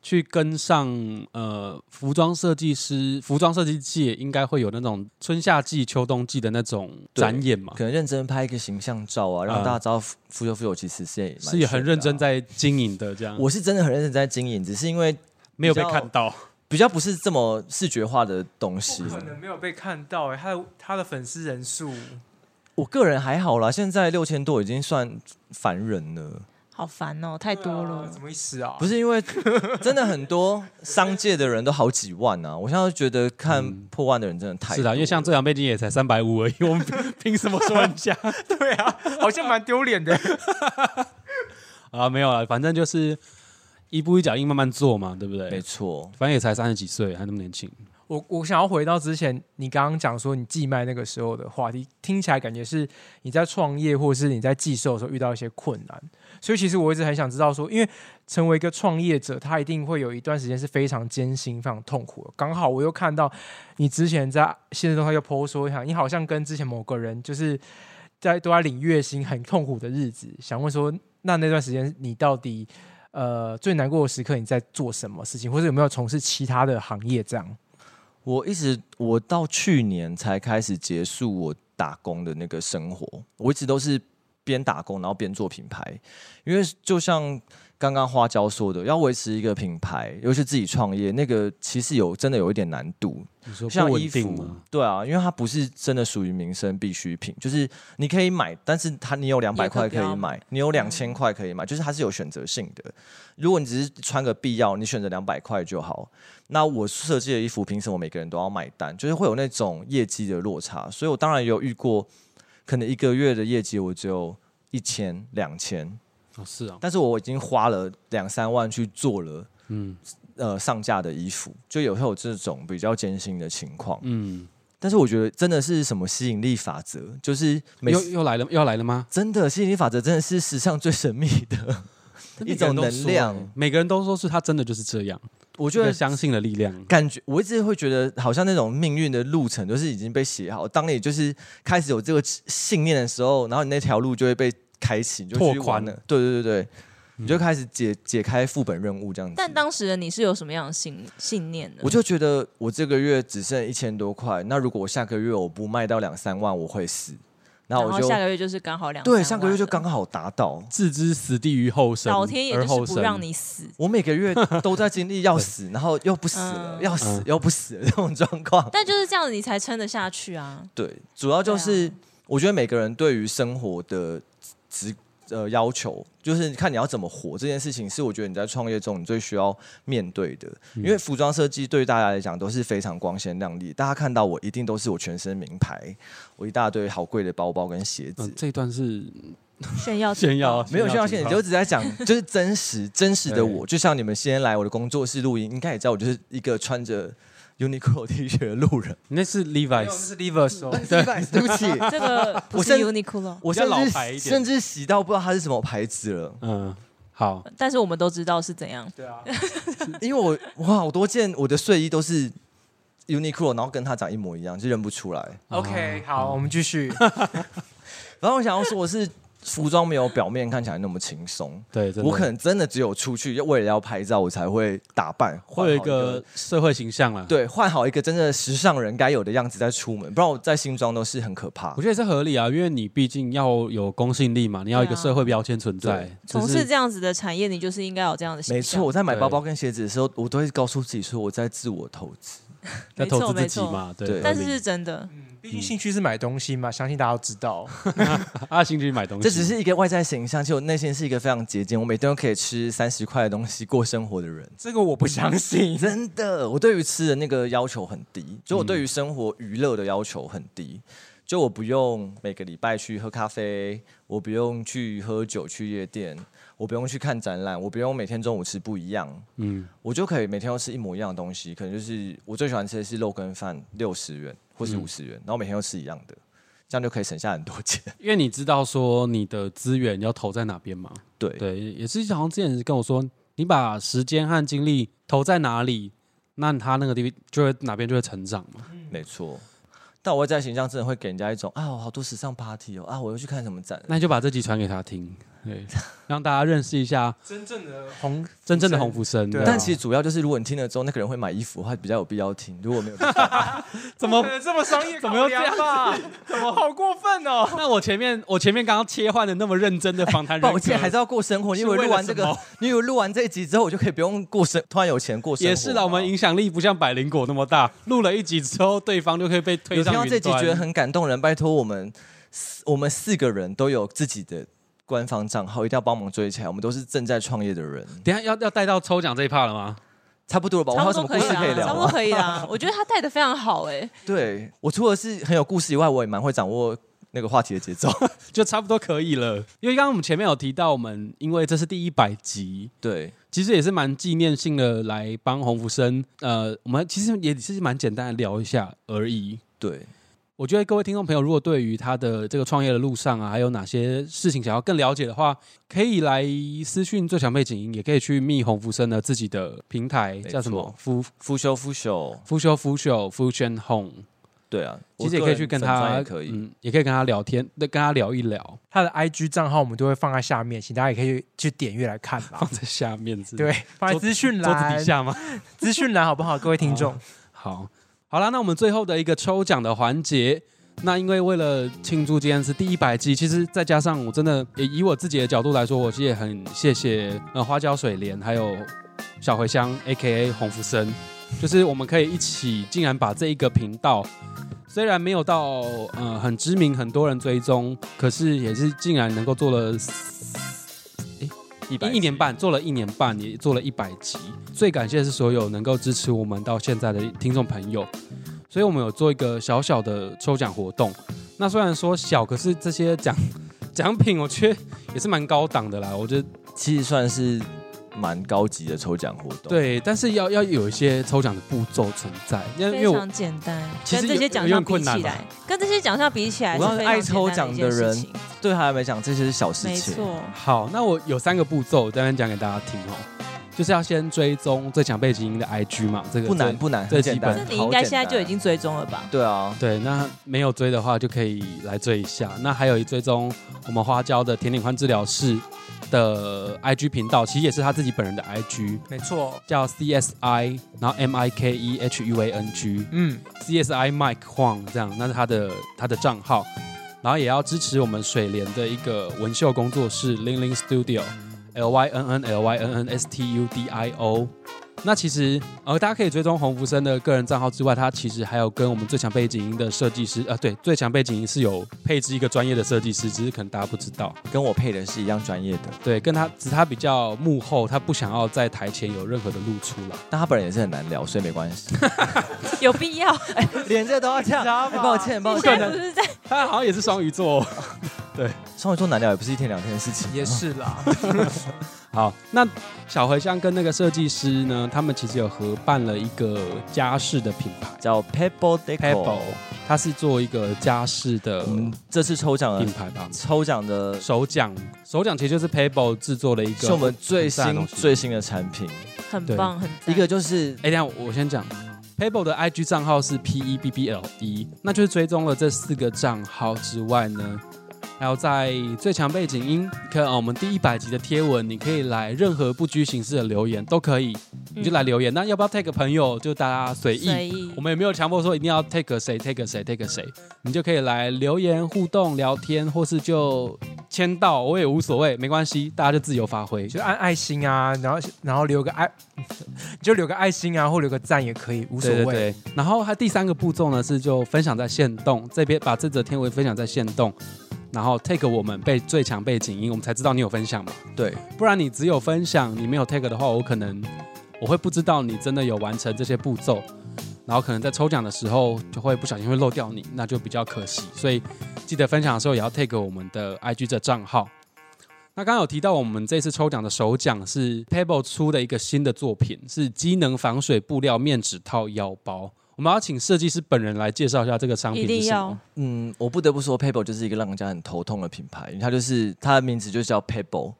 Speaker 1: 去跟上呃服装设计师、服装设计界应该会有那种春夏季、秋冬季的那种
Speaker 4: 对
Speaker 1: 展 演嘛？
Speaker 4: 可能认真拍一个形象照啊，让
Speaker 1: 嗯
Speaker 4: 大家知道富富有富有其实是也蛮
Speaker 1: 是也很
Speaker 4: 炫的啊
Speaker 1: 认真。在经营的，这样
Speaker 4: 我是真的很认真在经营，只是因为
Speaker 1: 没有被
Speaker 4: 比较
Speaker 1: 看到，
Speaker 4: 比较不是这么视觉化的东西
Speaker 3: 不。可能没有被看到哎、他的他的粉丝人数，
Speaker 4: 我个人还好啦，现在六千多已经算烦人了。
Speaker 2: 好烦哦，太多
Speaker 3: 对
Speaker 2: 了
Speaker 3: 啊什。么意思啊？
Speaker 4: 不
Speaker 3: 是
Speaker 4: 是因为真的很多商界的人都好几万啊，我现在觉得看破万的人真的太
Speaker 1: 嗯 是啊
Speaker 4: 多
Speaker 1: 的，因为像
Speaker 4: 了
Speaker 1: 最阳背景也才三百五而已， 我们凭什么说人家
Speaker 3: 对啊，好像蛮丢脸的。
Speaker 1: 啊？没有了，反正就是一步一脚印慢慢做嘛，对不
Speaker 4: 没
Speaker 1: 对？
Speaker 4: 错，
Speaker 1: 反正也才三十几岁，还那么年轻，
Speaker 3: 我我想要回到之前你刚刚讲说你寄卖那个时候的话题，听起来感觉是你在创业或是你在寄售的时候遇到一些困难，所以其实我一直很想知道说，因为成为一个创业者，他一定会有一段时间是非常艰辛、非常痛苦的。刚好我又看到你之前在现实中他又 PO 说一下，你好像跟之前某个人就是在都在领月薪很痛苦的日子，想问说，那那段时间你到底呃最难过的时刻你在做什么事情，或者有没有从事其他的行业这样？
Speaker 4: 我一直我到去年才开始结束我打工的那个生活，我一直都是边打工然后边做品牌，因为就像刚刚花椒说的，要维持一个品牌，尤其是自己创业，那个其实有真的有一点难度，
Speaker 1: 你说
Speaker 4: 像
Speaker 1: 不
Speaker 4: 衣
Speaker 1: 稳定
Speaker 4: 服
Speaker 1: 吗？，
Speaker 4: 对啊，因为它不是真的属于民生必需品，就是你可以买，但是它你有两百
Speaker 2: 也可
Speaker 4: 块可
Speaker 2: 标嗯
Speaker 4: 以买，你有两千块可以买，就是它是有选择性的。如果你只是穿个必要，你选择两百块就好。那我设计的衣服，凭什么每个人都要买单？就是会有那种业绩的落差，所以我当然有遇过，可能一个月的业绩我只有一千、两千，
Speaker 1: 哦，是啊，
Speaker 4: 但是我已经花了两三万去做了
Speaker 1: 嗯
Speaker 4: 呃上架的衣服，就有会有这种比较艰辛的情况。
Speaker 1: 嗯，
Speaker 4: 但是我觉得真的是什么吸引力法则，就是每
Speaker 1: 又又来了，又来了吗？
Speaker 4: 真的吸引力法则真的是史上最神秘的。一种能量
Speaker 1: 每个人都说是他真的就是这样，
Speaker 4: 我觉
Speaker 1: 就
Speaker 4: 得
Speaker 1: 相信的力量。
Speaker 4: 感觉我一直会觉得，好像那种命运的路程就是已经被写好。当你就是开始有这个信念的时候，然后你那条路就会被开启，你就去
Speaker 1: 拓宽
Speaker 4: 玩了。嗯对对对对，你就开始解解开副本任务这样子。
Speaker 2: 但当时的你是有什么样的信信念呢？
Speaker 4: 我就觉得我这个月只剩一千多块，那如果我下个月我不卖到两三万，我会死。那
Speaker 2: 然
Speaker 4: 我
Speaker 2: 后
Speaker 4: 就
Speaker 2: 下个月就是刚好两
Speaker 4: 对
Speaker 2: 三
Speaker 4: 上
Speaker 2: 万
Speaker 4: 个月就
Speaker 2: 了
Speaker 4: 刚好达到。
Speaker 1: 置之死地于后生，
Speaker 2: 老天爷
Speaker 1: 而
Speaker 2: 就
Speaker 1: 后
Speaker 2: 是
Speaker 1: 生
Speaker 2: 不让你死，
Speaker 4: 我每 个月都在经历要死，然后又不死了，
Speaker 2: 嗯
Speaker 4: 要死
Speaker 1: 嗯
Speaker 4: 又不死了这种状况。
Speaker 2: 但就是这样子你才撑得下去啊。
Speaker 4: 对，主要就
Speaker 2: 对啊
Speaker 4: 是、我觉得每个人对于生活的职呃要求，就是看你要怎么活这件事情，是我觉得你在创业中你最需要面对的。
Speaker 1: 嗯
Speaker 4: 因为服装设计对大家来讲都是非常光鲜亮丽，大家看到我一定都是我全身名牌，我一大堆好贵的包包跟鞋子。
Speaker 1: 嗯，这一段是
Speaker 2: 炫耀
Speaker 1: 炫耀
Speaker 4: 没有需要
Speaker 1: 炫
Speaker 4: 现
Speaker 1: 耀
Speaker 4: 你就只在讲就是真实真实的我，就像你们先来我的工作室录音，应该也知道我就是一个穿着 Uniqlo T 恤的路 人。
Speaker 1: 那是
Speaker 3: 没有那
Speaker 1: Levi's，
Speaker 3: 是 Levi's
Speaker 4: 嗯
Speaker 3: 哦
Speaker 4: 对不 起，
Speaker 2: 这 个不
Speaker 4: 我
Speaker 2: 是
Speaker 4: 甚
Speaker 2: Uniqlo，
Speaker 4: 我
Speaker 1: 比较
Speaker 4: 甚
Speaker 1: 老
Speaker 4: 至
Speaker 1: 牌一点
Speaker 4: 甚至洗到不知道它是什么牌子了，
Speaker 1: 嗯，好，
Speaker 2: 但是我们都知道是怎样。
Speaker 3: 对啊，
Speaker 4: 因为我我好多件我的睡衣都是 Uniqlo，然后跟它长一模一样，就认不出来。
Speaker 3: OK，好，我们继续。
Speaker 4: 然后我想要说，我是服装没有表面看起来那么轻松，
Speaker 1: 对，真的
Speaker 4: 我可能真的只有出去为了要拍照，我才会打扮，换
Speaker 1: 会有一
Speaker 4: 好
Speaker 1: 个社会形象啦。，
Speaker 4: 对换好一个真的时尚人该有的样子再出门，不然我在新装都是很可怕
Speaker 1: 我。觉得这合理啊，因为你毕竟要有公信力嘛，你要一个
Speaker 2: 对啊
Speaker 1: 社会标签存在
Speaker 4: 对。
Speaker 1: 只
Speaker 2: 从
Speaker 1: 是
Speaker 2: 事这样子的产业，你就是应该有这样的形
Speaker 4: 没
Speaker 2: 象
Speaker 4: 错，我在买
Speaker 1: 对
Speaker 4: 包包跟鞋子的时候，我都会告诉自己说我在自我投资。
Speaker 1: 在
Speaker 2: 没
Speaker 1: 投
Speaker 2: 错
Speaker 1: 资自
Speaker 2: 没
Speaker 1: 己
Speaker 2: 错
Speaker 1: 嘛，对。
Speaker 4: 对
Speaker 1: 合理
Speaker 2: 但是是真的，
Speaker 3: 毕竟兴趣是买东西嘛，相信大家都知道。
Speaker 1: 啊阿星去买东西，
Speaker 4: 这只是一个外在形象，其实我内心是一个非常节俭，我每天都可以吃三十块的东西过生活的人。
Speaker 3: 这个我不相信。
Speaker 4: 真的，我对于吃的那个要求很低，就我对于生活娱乐的要求很低。就我不用每个礼拜去喝咖啡，我不用去喝酒去夜店，我不用去看展览，我不用每天中午吃不一样，
Speaker 1: 嗯，
Speaker 4: 我就可以每天都吃一模一样的东西。可能就是我最喜欢吃的是肉羹饭，六十元或是五十元，然后每天都吃一样的，这样就可以省下很多钱。
Speaker 1: 因为你知道说你的资源要投在哪边嘛，
Speaker 4: 对，
Speaker 1: 对，也是好像之前跟我说，你把时间和精力投在哪里，那他那个地方就会哪边就会成长嘛。
Speaker 4: 没错。但我在形象真的会给人家一种啊，我好多时尚 party 哦，啊，我又去看什么展了，
Speaker 1: 那你就把这集传给他听，对，让大家认识一下
Speaker 3: 真正的 红，
Speaker 1: 真正的红福生。
Speaker 3: 对啊
Speaker 4: 但其实主要就是，如果你听了之后，那个人会买衣服的话，比较有必要听。如 果没有，啊
Speaker 1: 怎么？
Speaker 3: 这么商 业？怎么又这样吧？ 怎么好过分哦？
Speaker 1: 那我前面我前面刚刚切换的那么认真的访谈人格，
Speaker 4: 抱歉，还是要过生活。你以为录完这
Speaker 1: 是为了
Speaker 4: 个
Speaker 1: 什，
Speaker 4: 你以为录完这一集之后，我就可以不用过生，突然有钱过生活吗？
Speaker 1: 也是啦，我们影响力不像百灵果那么大，录了一集之后，对方就可以被推
Speaker 4: 有听
Speaker 1: 上
Speaker 4: 到
Speaker 1: 云
Speaker 4: 这集
Speaker 1: 端
Speaker 4: 觉得很感动的人，拜托我们四我们四个人都有自己的官方账号，一定要帮忙追起来。我们都是正在创业的人，
Speaker 1: 等一下要要带到抽奖这一趴了吗？
Speaker 4: 差不多了吧？我
Speaker 2: 差不
Speaker 4: 还有
Speaker 2: 多
Speaker 4: 什么
Speaker 2: 可
Speaker 4: 故
Speaker 2: 以
Speaker 4: 事可以
Speaker 2: 啦，
Speaker 4: 聊
Speaker 2: 差不多
Speaker 4: 啊？
Speaker 2: 可以啦。我觉得他带的非常好哎，
Speaker 4: 对我除了是很有故事以外，我也蛮会掌握那个话题的节 奏。
Speaker 1: 就差不多可以了。因为刚刚我们前面有提到，我们因为这是第一百集，
Speaker 4: 对，
Speaker 1: 其实也是蛮纪念性的，来帮洪福生。呃，我们其实也是蛮简单的聊一下而已。
Speaker 4: 对，
Speaker 1: 我觉得各位听众朋友，如果对于他的这个创业的路上啊，还有哪些事情想要更了解的话，可以来私讯最强背景音，也可以去密洪福生的自己的平台，
Speaker 4: 错
Speaker 1: 叫什么？福
Speaker 4: 复修复修，
Speaker 1: 福修福修福轩 Home，
Speaker 4: 对啊，
Speaker 1: 其实也
Speaker 4: 我
Speaker 1: 可以
Speaker 4: 个人
Speaker 1: 去跟
Speaker 4: 粉专
Speaker 1: 他，
Speaker 4: 也可以。
Speaker 1: 嗯，也可以跟他聊天，跟他聊一聊，
Speaker 3: 他的 IG 账号我们都会放在下面，请大家也可以去点阅来看啦
Speaker 1: 放。在下面之类
Speaker 3: 对，放在资讯
Speaker 1: 桌子
Speaker 3: 栏
Speaker 1: 底，下吗？
Speaker 3: 资讯栏好不好？各位听众，
Speaker 1: 好，好啦，那我们最后的一个抽奖的环节。那因为为了庆祝今天是第一百集，其实再加上我真的也以我自己的角度来说，我其实也很谢谢呃花椒水莲还有小茴香 A K A 洪福生，就是我们可以一起竟然把这一个频道，虽然没有到呃很知名，很多人追踪，可是也是竟然能够做了
Speaker 4: 一
Speaker 1: 一一年半，做了一年半，也做了一百集。最感谢的是所有能够支持我们到现在的听众朋友，所以我们有做一个小小的抽奖活动。那虽然说小，可是这些奖奖品我觉得也是蛮高档的啦。我觉得
Speaker 4: 其实算是蛮高级的抽奖活动。，
Speaker 1: 对，但是要要有一些抽奖的步骤存在，因为因
Speaker 2: 非
Speaker 1: 为我
Speaker 2: 常简单。
Speaker 1: 其实
Speaker 2: 跟这
Speaker 1: 有
Speaker 2: 些奖
Speaker 1: 有
Speaker 2: 项
Speaker 1: 点
Speaker 2: 比
Speaker 1: 困难
Speaker 2: 起
Speaker 1: 吧
Speaker 2: 来，跟这些奖项比起来，
Speaker 4: 我告诉
Speaker 2: 是
Speaker 4: 你
Speaker 2: 非常
Speaker 4: 爱抽
Speaker 2: 简单的一
Speaker 4: 奖的
Speaker 2: 件事
Speaker 4: 人
Speaker 2: 情，
Speaker 4: 对他来讲这些是小事
Speaker 2: 没
Speaker 4: 情。
Speaker 2: 错。
Speaker 1: 好，那我有三个步骤，我在那边讲给大家听哦。就是要先追踪最强背景音的 IG 嘛，这个
Speaker 4: 不难
Speaker 1: 最
Speaker 4: 不难，
Speaker 1: 这
Speaker 4: 很简
Speaker 1: 基本
Speaker 2: 这
Speaker 4: 单。
Speaker 2: 你
Speaker 4: 好
Speaker 2: 应该
Speaker 4: 简
Speaker 2: 现在
Speaker 4: 单
Speaker 2: 就已经追踪了吧？
Speaker 4: 对啊，
Speaker 1: 对，那没有追的话就可以来追一下。那还有一追踪我们花椒的甜点宽治疗室的 IG 频道，其实也是他自己本人的 IG，
Speaker 3: 没错，
Speaker 1: 叫 CSI，然后 M I K E H U A N G。
Speaker 3: 嗯，
Speaker 1: CSI Mike Huang 这样，那是他的他的账号，然后也要支持我们水莲的一个文秀工作室 Ling Ling Studio L Y N N L Y N N S T U D I O。那其实呃，大家可以追踪洪福生的个人账号之外，他其实还有跟我们最强背景音的设计师，呃，对，最强背景音是有配置一个专业的设计师，只是可能大家不知道。
Speaker 4: 跟我配的是一样专业的，
Speaker 1: 对，跟他只是他比较幕后，他不想要在台前有任何的露出了。
Speaker 4: 但他本人也是很难聊，所以没关系。
Speaker 2: 有必要？
Speaker 4: 连这都要这样，哎抱歉抱
Speaker 2: 你
Speaker 4: 歉
Speaker 2: 现。在不是在
Speaker 1: 他好像也是双鱼座、哦。
Speaker 4: 双鱼座难聊也不是一天两天的事情，
Speaker 3: 也是啦，
Speaker 1: 好，那小茴香跟那个设计师呢，他们其实有合办了一个家饰的品牌
Speaker 4: 叫 Pebble
Speaker 1: Pebble，
Speaker 4: Deco。
Speaker 1: 它是做一个家饰的
Speaker 4: 我们这次抽奖
Speaker 1: 品
Speaker 4: 的
Speaker 1: 牌吧。
Speaker 4: 抽奖的
Speaker 1: 手奖，手奖其实就是 Pebble 制作的一个，
Speaker 4: 是我们最
Speaker 1: 很赞的
Speaker 4: 新
Speaker 1: 东西
Speaker 4: 最新的产品，
Speaker 2: 很
Speaker 1: 对
Speaker 2: 棒，很
Speaker 4: 一个就是
Speaker 1: 哎、等一下我先讲，Pebble 的 IG 账号是 P E B B L E，那就是追踪了这四个账号之外呢，还有在最强背景音，可能、哦、我们第一百集的贴文，你可以来任何不拘形式的留言都可以，你就来留言。那要不要 take 朋友？就大家嗯随意。
Speaker 2: 随意
Speaker 1: 我。们也没有强迫说一定要 take 谁 take 谁 take 谁，你就可以来留言互动聊天，或是就签到，我也无所谓，没关系，大家就自由发挥。
Speaker 3: 就按爱心啊，然后然后留个爱， 你就留个爱心啊，或留个赞也可以，无所
Speaker 1: 对对
Speaker 3: 谓。
Speaker 1: 对，然后它第三个步骤呢是就分享在线动这边，把这则天文分享在线动，然后 take 我们被最强背景音，我们才知道你有分享嘛。
Speaker 4: 对
Speaker 1: 不然你只有分享，你没有 take 的话，我可能我会不知道你真的有完成这些步骤，然后可能在抽奖的时候就会不小心会漏掉你，那就比较可惜。所以记得分享的时候也要 take 我们的 IG 的账号。那刚刚有提到，我们这次抽奖的首奖是 Pebble 出的一个新的作品，是机能防水布料面纸套腰包。我们要请设计师本人来介绍一下这个商
Speaker 2: 一
Speaker 1: 品是
Speaker 2: 定
Speaker 1: 什
Speaker 2: 要
Speaker 1: 么。，
Speaker 4: 嗯，我不得不说，Pebble 就是一个让人家很头痛的品牌，因为它就是它的名字就叫 Pebble，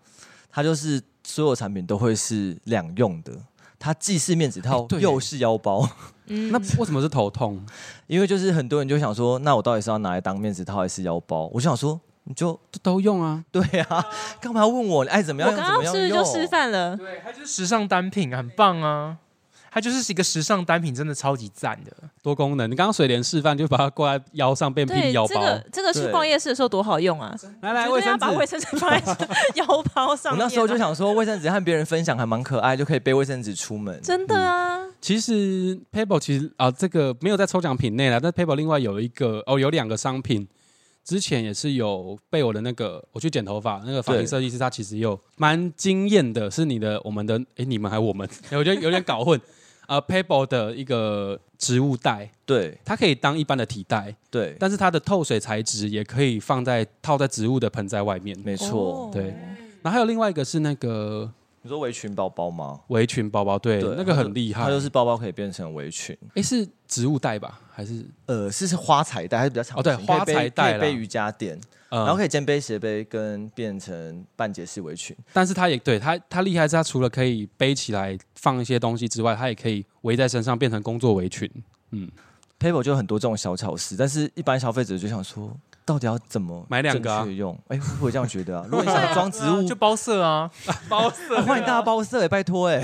Speaker 4: 它就是所有产品都会是两用的，它既是面纸套
Speaker 1: 哎对耶
Speaker 4: 又是腰包，
Speaker 2: 嗯
Speaker 1: 那为什么是头痛？
Speaker 4: 因为就是很多人就想说，那我到底是要拿来当面纸套还是腰包？我就想说，你就
Speaker 1: 都都用啊，
Speaker 4: 对啊，干嘛要问我？你爱怎么样
Speaker 2: 我
Speaker 4: 用
Speaker 2: 刚
Speaker 4: 怎么
Speaker 2: 刚
Speaker 4: 样
Speaker 2: 是不是
Speaker 4: 用
Speaker 2: 就示范了？
Speaker 3: 对，它就是时尚单品，很棒啊。它就是一个时尚单品，真的超级赞的。
Speaker 1: 多功能。你刚刚水莲示范就把它挂在腰上变
Speaker 2: 对，
Speaker 1: 拼腰包。
Speaker 2: 这个这个去
Speaker 4: 对
Speaker 2: 逛夜市的时候多好用啊！
Speaker 1: 来来，
Speaker 2: 绝
Speaker 1: 卫
Speaker 2: 对要
Speaker 1: 生纸
Speaker 2: 把，卫生纸放在腰包上
Speaker 4: 我
Speaker 2: 面啊。
Speaker 4: 那时候就想说，卫生纸和别人分享还蛮可爱，就可以背卫生纸出门。
Speaker 2: 真的啊，
Speaker 1: 其实 Pebble 其实啊，这个没有在抽奖品内了，但 Pebble 另外有一个哦，有两个商品，之前也是有被我的那个我去剪头发那个发型
Speaker 4: 对
Speaker 1: 设计师，他其实有蛮惊艳的，是你的我们的诶，你们还我们， 诶我觉得有点搞混啊、呃 Pebble 的一个植物袋，
Speaker 4: 对
Speaker 1: 它可以当一般的提袋，
Speaker 4: 对，
Speaker 1: 但是它的透水材质也可以放在套在植物的盆栽外面。
Speaker 4: 没错。
Speaker 2: 哦
Speaker 1: 对，然后还有另外一个是那个
Speaker 4: 你说围裙包包吗？
Speaker 1: 围裙包包，对，
Speaker 4: 对
Speaker 1: 那个很厉害，
Speaker 4: 它就是包包可以变成围裙，
Speaker 1: 哎、是植物袋吧？还是
Speaker 4: 呃，是是花彩带，还是比较长
Speaker 1: 哦对
Speaker 4: 型可以
Speaker 1: 花
Speaker 4: 背
Speaker 1: 彩带
Speaker 4: 可以
Speaker 1: 啦
Speaker 4: 背瑜伽垫，
Speaker 1: 呃
Speaker 4: 然后可以兼背斜背跟变成半截式围裙，
Speaker 1: 但是它也对它它厉害是它除了可以背起来放一些东西之外，它也可以围在身上变成工作围裙。
Speaker 4: Pebble 就有很多这种小巧思，但是一般消费者就想说，到底要怎么
Speaker 1: 买两个啊
Speaker 4: 正确用？哎、会不会这样觉 得啊？如果你
Speaker 2: 对啊
Speaker 4: 想装植物，
Speaker 3: 就包色啊，
Speaker 4: 啊欢迎大家包色、哎，拜托哎、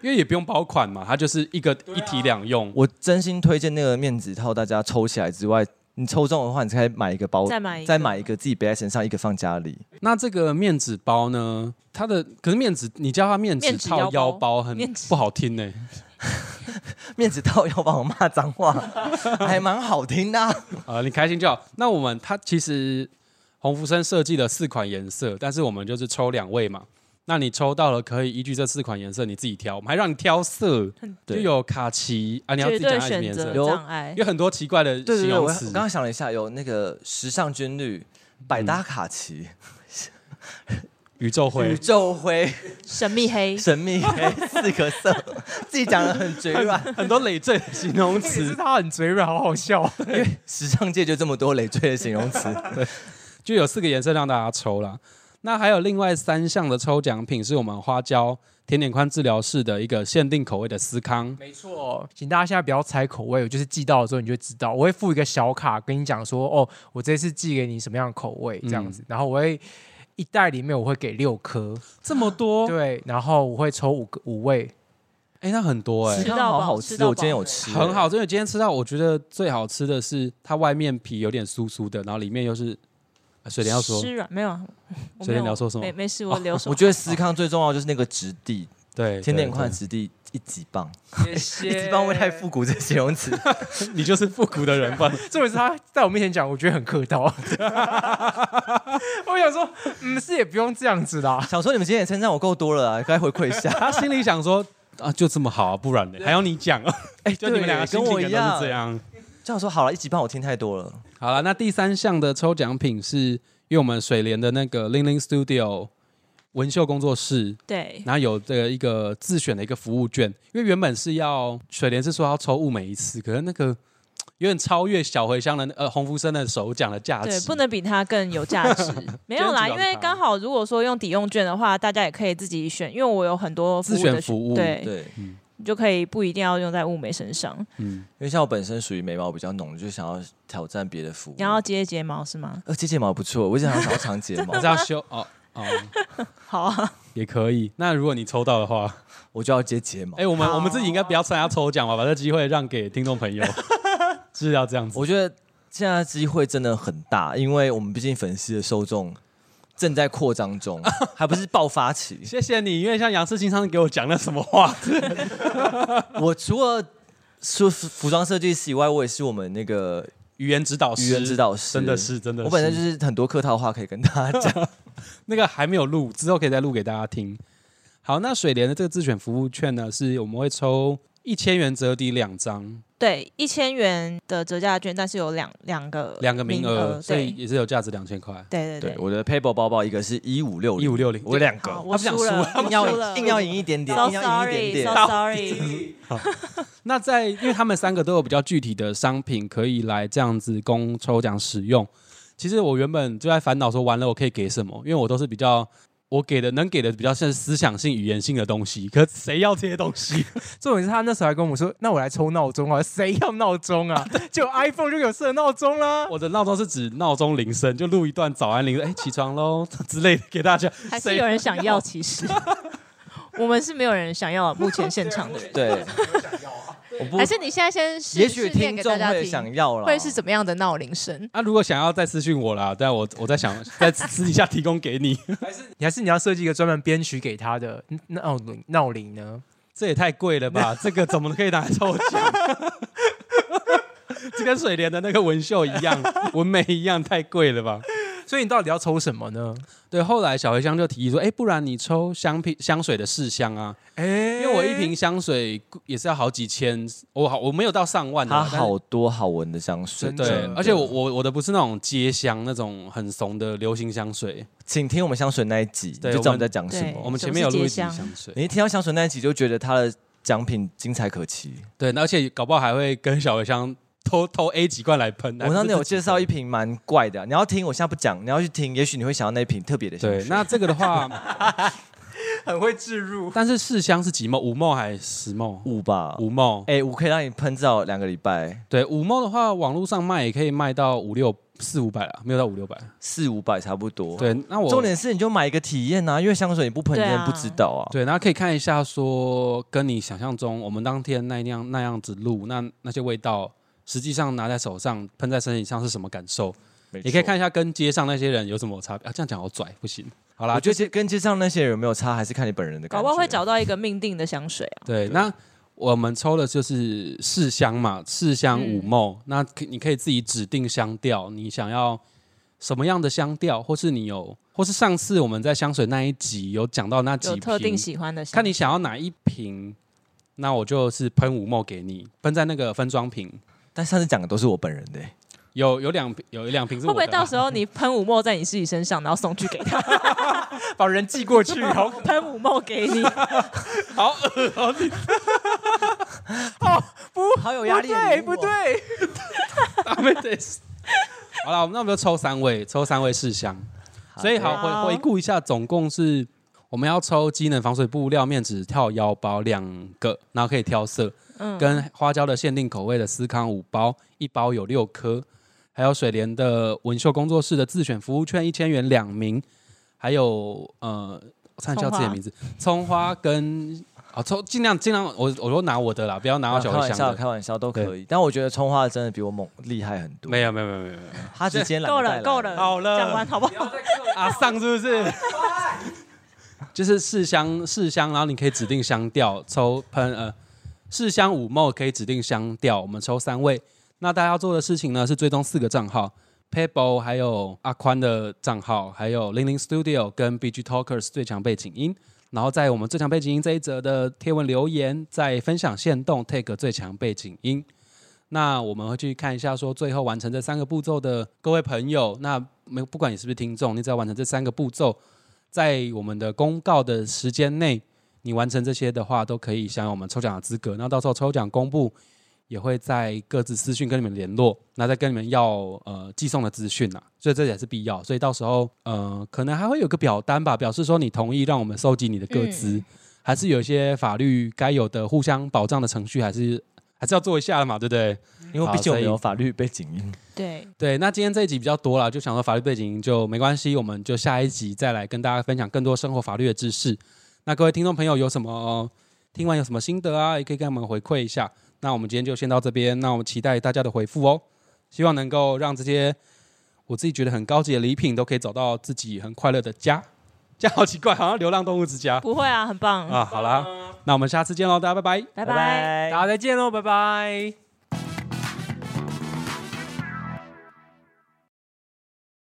Speaker 1: 因为也不用包款嘛，它就是一个、一体两
Speaker 2: 啊
Speaker 1: 用。
Speaker 4: 我真心推荐那个面纸套，大家抽起来之外，你抽中的话，你再买一个包，
Speaker 2: 再买一个
Speaker 4: 再买一个自己背在身上，一个放家里。
Speaker 1: 那这个面纸包呢？它的可是面纸，你叫它面纸
Speaker 2: 面纸
Speaker 1: 套
Speaker 2: 腰
Speaker 1: 腰
Speaker 2: 包
Speaker 1: 包很
Speaker 2: 面纸
Speaker 1: 不好听呢、
Speaker 4: 面纸套要帮我骂脏 话，还蛮好听的啊、
Speaker 1: 啊、你开心就好。那我们它其实洪福生设计了四款颜色，但是我们就是抽两位嘛。那你抽到了，可以依据这四款颜色你自己挑，我们还让你挑色，就
Speaker 4: 对
Speaker 1: 有卡其啊，你要自己
Speaker 2: 绝
Speaker 1: 讲
Speaker 2: 对
Speaker 1: 它什么
Speaker 2: 选
Speaker 1: 颜色
Speaker 2: 择，
Speaker 4: 有
Speaker 2: 障碍
Speaker 1: 有很多奇怪的
Speaker 4: 哎对对
Speaker 1: 形
Speaker 4: 对，
Speaker 1: 容
Speaker 4: 我
Speaker 1: 词
Speaker 4: 刚。刚想了一下，有那个时尚军绿、百搭卡其、
Speaker 1: 宇宙
Speaker 4: 宇
Speaker 1: 会，
Speaker 4: 宙 灰、
Speaker 2: 神秘黑，
Speaker 4: 神秘黑四个色，自己讲的很嘴软。
Speaker 1: 很多累赘的形容
Speaker 3: 可是
Speaker 1: 词，
Speaker 3: 它很嘴软，好好笑。
Speaker 4: 时尚界就这么多累赘的形容词，
Speaker 1: 就有四个颜色让大家抽啦。那还有另外三项的抽奖品是我们花椒甜点宽治疗室的一个限定口味的司康。
Speaker 3: 没错，请大家现在不要猜口味，我就是寄到了之后你就知道，我会附一个小卡跟你讲说，哦，我这次寄给你什么样的口味这
Speaker 4: 嗯
Speaker 3: 样子，然后我会一袋里面我会给六颗，
Speaker 1: 这么多，
Speaker 3: 对，然后我会抽五个五位，
Speaker 1: 哎、那很多哎、
Speaker 2: 吃到
Speaker 4: 它好
Speaker 2: 饱
Speaker 4: 好
Speaker 2: 吃
Speaker 4: 吃，
Speaker 2: 到
Speaker 4: 我今天
Speaker 2: 饱
Speaker 4: 有吃，
Speaker 1: 很好，因为今天吃到我觉得最好吃的是它外面皮有点酥酥的，然后里面又是、啊水莲要说
Speaker 2: 湿软没有啊，我
Speaker 1: 水
Speaker 2: 没
Speaker 1: 莲你要
Speaker 2: 有
Speaker 1: 说什么
Speaker 2: 没？没事，我留手。
Speaker 4: 我觉得思康最重要就是那个质地，
Speaker 1: 对，
Speaker 4: 甜点
Speaker 1: 快
Speaker 4: 款，质地一级棒，
Speaker 3: 谢谢
Speaker 4: 一级棒会太复古这形 容词。
Speaker 1: 你就是复古的人吧？
Speaker 3: 重点是他在我面前讲，我觉得很客套。 我想说，嗯，是也不用这样子啦。
Speaker 4: 想说你们今天也称赞我够多了啊，该回馈一 下。
Speaker 1: 他心里想说啊，就这么好啊，不然呢？还要你讲啊？
Speaker 4: 哎，
Speaker 1: 就你们两个
Speaker 4: 对
Speaker 1: 心
Speaker 4: 跟
Speaker 1: 情
Speaker 4: 我
Speaker 1: 可能
Speaker 4: 一
Speaker 1: 都
Speaker 4: 样
Speaker 1: 是这。样。
Speaker 4: 这样说好了，一级棒我听太多了。
Speaker 1: 好了，那第三项的抽奖品是因为我们水莲的那个零零 Studio 文秀工作室，
Speaker 2: 对，
Speaker 1: 然后有这个一个自选的一个服务券，因为原本是要水莲是说要抽物美一次，可是那个嘖有点超越小茴香的呃洪福生的首奖的价值，
Speaker 2: 对，不能比它更有价 值。没有啦，
Speaker 1: 今天主要
Speaker 2: 因
Speaker 1: 是它
Speaker 2: 为刚好如果说用抵用券的话，大家也可以自己选，因为我有很多服
Speaker 1: 自
Speaker 2: 务的
Speaker 1: 选服务
Speaker 2: 对，
Speaker 4: 对，
Speaker 2: 你就可以不一定要用在物美身上。
Speaker 1: 嗯，
Speaker 4: 因为像我本身属于眉毛比较浓，就想要挑战别的服务。
Speaker 2: 你要接睫毛是吗？
Speaker 4: 呃，接睫毛不错，我一直很想要长睫 毛
Speaker 1: 我，是要修哦 哦
Speaker 2: 好啊，
Speaker 1: 也可以。那如果你抽到的话，
Speaker 4: 我就要接睫毛
Speaker 1: 哎、。我们
Speaker 2: 好啊
Speaker 1: 我们自己应该不要参加抽奖吧，把这机会让给听众 朋友，是要这样子。
Speaker 4: 我觉得现在机会真的很大，因为我们毕竟粉丝的受众正在扩张 中，还不是爆发期。
Speaker 1: 谢谢你，因为像杨世清上次给我讲那什么话，
Speaker 4: 我除了说服装设计师以外，我也是我们那个
Speaker 1: 语言指导师，
Speaker 4: 语言指导师，
Speaker 1: 真的是真的是
Speaker 4: 我本身就是很多客套话可以跟大家 讲。
Speaker 1: 那个还没有录，之后可以再录给大家听。好，那水莲的这个自选服务券呢，是我们会抽一千元折抵两张，
Speaker 2: 对，一千元的折价券，但是有两两个
Speaker 1: 两个名额，所以
Speaker 2: 对
Speaker 1: 也是有价值两千块。
Speaker 2: 对对
Speaker 4: 对，
Speaker 2: 对。
Speaker 4: 我的 PayPal 包包一个是一五六
Speaker 1: 一五，六零，
Speaker 4: 我有两
Speaker 2: 好
Speaker 4: 个，
Speaker 2: 我
Speaker 1: 他不想
Speaker 2: 输了，
Speaker 1: 输
Speaker 2: 我
Speaker 4: 硬
Speaker 2: 输了
Speaker 4: 要硬要赢 一点点，
Speaker 2: So
Speaker 4: 硬要赢一
Speaker 2: sorry,
Speaker 4: 点
Speaker 2: so
Speaker 4: 点。
Speaker 2: sorry。
Speaker 1: 那在因为他们三个都有比较具体的商品可以来这样子供抽奖使用。其实我原本就在烦恼说，完了我可以给什么？因为我都是比较我给的能给的比较像是思想性、语言性的东西，可谁要这些东西？
Speaker 3: 重点是他那时候还跟我说：“那我来抽闹钟啊，谁要闹钟 啊？就 iPhone 就有设闹 钟啦。
Speaker 1: 我的闹钟是指闹钟铃声，就录一段早安铃声，哎、起床喽 之类的给大家。
Speaker 2: 还是
Speaker 1: 谁
Speaker 2: 有人想要，其实我们是没有人想要，目前现场 的人。
Speaker 4: 对，我不
Speaker 2: 还，是你现在先试，
Speaker 4: 也许
Speaker 2: 试念
Speaker 4: 听
Speaker 2: 给
Speaker 4: 众
Speaker 2: 大家
Speaker 4: 会想要了，
Speaker 2: 会是怎么样的闹铃声？
Speaker 1: 那、啊如果想要再私讯我啦，但我我在想在私底下提供给你，
Speaker 3: 你还是你要设计一个专门编曲给他的嗯闹铃闹铃呢？
Speaker 1: 这也太贵了 吧？这个怎么可以拿来抽奖？ 这跟水莲的那个纹绣一 样，纹眉一样，太贵了吧？
Speaker 3: 所以你到底要抽什么呢？
Speaker 1: 对，后来小茴香就提议说，哎、不然你抽香品香水的试香啊，
Speaker 3: 哎、
Speaker 1: 因为我一瓶香水也是要好几千，我好我没有到上万的
Speaker 4: 它
Speaker 1: 啦，但是
Speaker 4: 好多好闻的香水，
Speaker 3: 真
Speaker 1: 对
Speaker 3: 的，
Speaker 1: 而且我我我的不是那种街香那种很怂的流行香水，
Speaker 4: 请听我们香水那一集，你
Speaker 1: 对
Speaker 4: 就知道我们在讲什
Speaker 2: 对
Speaker 4: 么。
Speaker 1: 我们
Speaker 2: 什么
Speaker 1: 前面有
Speaker 2: 是
Speaker 1: 录一集
Speaker 2: 街香
Speaker 1: 香水，
Speaker 4: 你一听到香水那一集，就觉得它的奖品精彩可期。
Speaker 1: 对，那而且搞不好还会跟小茴香偷偷 A 几罐来喷。
Speaker 4: 我那天有介绍一
Speaker 1: 瓶，
Speaker 4: 瓶蛮怪的啊、你要听，我现在不讲，你要去听，也许你会想到那瓶特别的香
Speaker 1: 对
Speaker 4: 水。，
Speaker 1: 那这个的话，
Speaker 3: 很会置入。
Speaker 1: 但是试香是几梦？五梦还是十梦？
Speaker 4: 五吧，
Speaker 1: 五梦。
Speaker 4: 哎、我可以让你喷至少两个礼拜，
Speaker 1: 对，五梦的话，网络上卖也可以卖到五六四五百啦，没有到五六百。
Speaker 4: 四五百差不多。，
Speaker 1: 对，那我
Speaker 4: 重点是你就买一个体验啊，因为香水你不喷，你
Speaker 2: 对啊
Speaker 4: 真的不知道啊。
Speaker 1: 对，那可以看一下说，跟你想象中我们当天那样那样子录，那那些味道，实际上拿在手上喷在身体上是什么感受？
Speaker 4: 没错
Speaker 1: 也可以看。一下跟街上那些人有什么差别啊？这样讲好拽，不行。好啦，
Speaker 4: 我觉
Speaker 1: 就
Speaker 4: 得街跟街上那些人有没有差，还是看你本人的感
Speaker 2: 搞
Speaker 4: 觉。啊
Speaker 2: 不好会找到一个命定的香水啊！
Speaker 1: 对。那我们抽的就是试香嘛，试香
Speaker 2: 嗯
Speaker 1: 五梦。那可你可以自己指定香调，你想要什么样的香调，或是你有，或是上次我们在香水那一集有讲到那几
Speaker 2: 有
Speaker 1: 瓶，
Speaker 2: 特定喜欢的香，
Speaker 1: 看你想要哪一瓶，那我就是喷五梦给你，喷在那个分装瓶。
Speaker 4: 但上次讲的都是我本人 的、
Speaker 1: 有有两瓶，有两瓶是
Speaker 2: 会
Speaker 1: 我
Speaker 2: 不
Speaker 1: 的
Speaker 2: 会到时候你喷五墨在你自己 身上，然后送去给他，
Speaker 3: 把人寄过去， 好
Speaker 2: 喷五墨给你？
Speaker 4: 好有
Speaker 3: 不对，不对，
Speaker 1: 好了，那我们就抽三位，抽三位试香。所以好，
Speaker 2: 好
Speaker 1: 回回顾一下，总共是我们要抽机能防水布料、面纸套腰包两个，然后可以挑色，
Speaker 2: 嗯
Speaker 1: 跟花椒的限定口味的司康五包，一包有六颗，还有水莲的文秀工作室的自选服务券一千元两名，还有呃，我差点叫自己的名字，葱花跟。好抽，尽量尽量，我我都拿我的啦，不要拿我
Speaker 4: 啊开
Speaker 1: 小
Speaker 4: 玩
Speaker 1: 茴香
Speaker 4: 笑，
Speaker 1: 的。
Speaker 4: 开玩笑都可以。但我觉得葱花真的比我猛厉害很多。
Speaker 1: 没有没有没有没有没有，
Speaker 4: 他直接懒得
Speaker 2: 够
Speaker 4: 带
Speaker 2: 了
Speaker 4: 来
Speaker 2: 够了，
Speaker 1: 好了
Speaker 2: 讲完好不好？
Speaker 1: 阿丧是不是？ 就是试香试香，然后你可以指定香调，抽喷呃试香五梦可以指定香调，我们抽三位。那大家要做的事情呢是追踪四个账号，Pebble 还有阿宽的账号，还有零零 Studio 跟 BG Talkers 最强背景音。然后在我们最强背景音这一则的贴文留言，再分享线动 take 最强背景音。那我们会去看一下，说最后完成这三个步骤的各位朋友，那没不管你是不是听众，你只要完成这三个步骤，在我们的公告的时间内，你完成这些的话，都可以享有我们抽奖的资格。那到时候抽奖公布也会在各自私讯跟你们联络，那再跟你们要呃寄送的资讯啊，所以这也是必要。所以到时候呃，可能还会有个表单吧，表示说你同意让我们收集你的各资，还是有一些法律该有的互相保障的程序，还是还是要做一下的嘛，对不对？
Speaker 4: 因为毕竟我们有法律背景音。
Speaker 2: 对，
Speaker 1: 对，那今天这一集比较多了，就想说法律背景就没关系，我们就下一集再来跟大家分享更多生活法律的知识。那各位听众朋友有什么听完有什么心得啊，也可以跟我们回馈一下。那我们今天就先到这边，那我们期待大家的回复哦，希望能够让这些我自己觉得很高级的礼品都可以找到自己很快乐的家。这样好奇怪，好像流浪动物之家
Speaker 2: 不会啊，很棒，
Speaker 1: 啊。好啦，那我们下次见喽，大家拜拜。
Speaker 2: 拜拜。
Speaker 3: 大家再见喽，拜拜。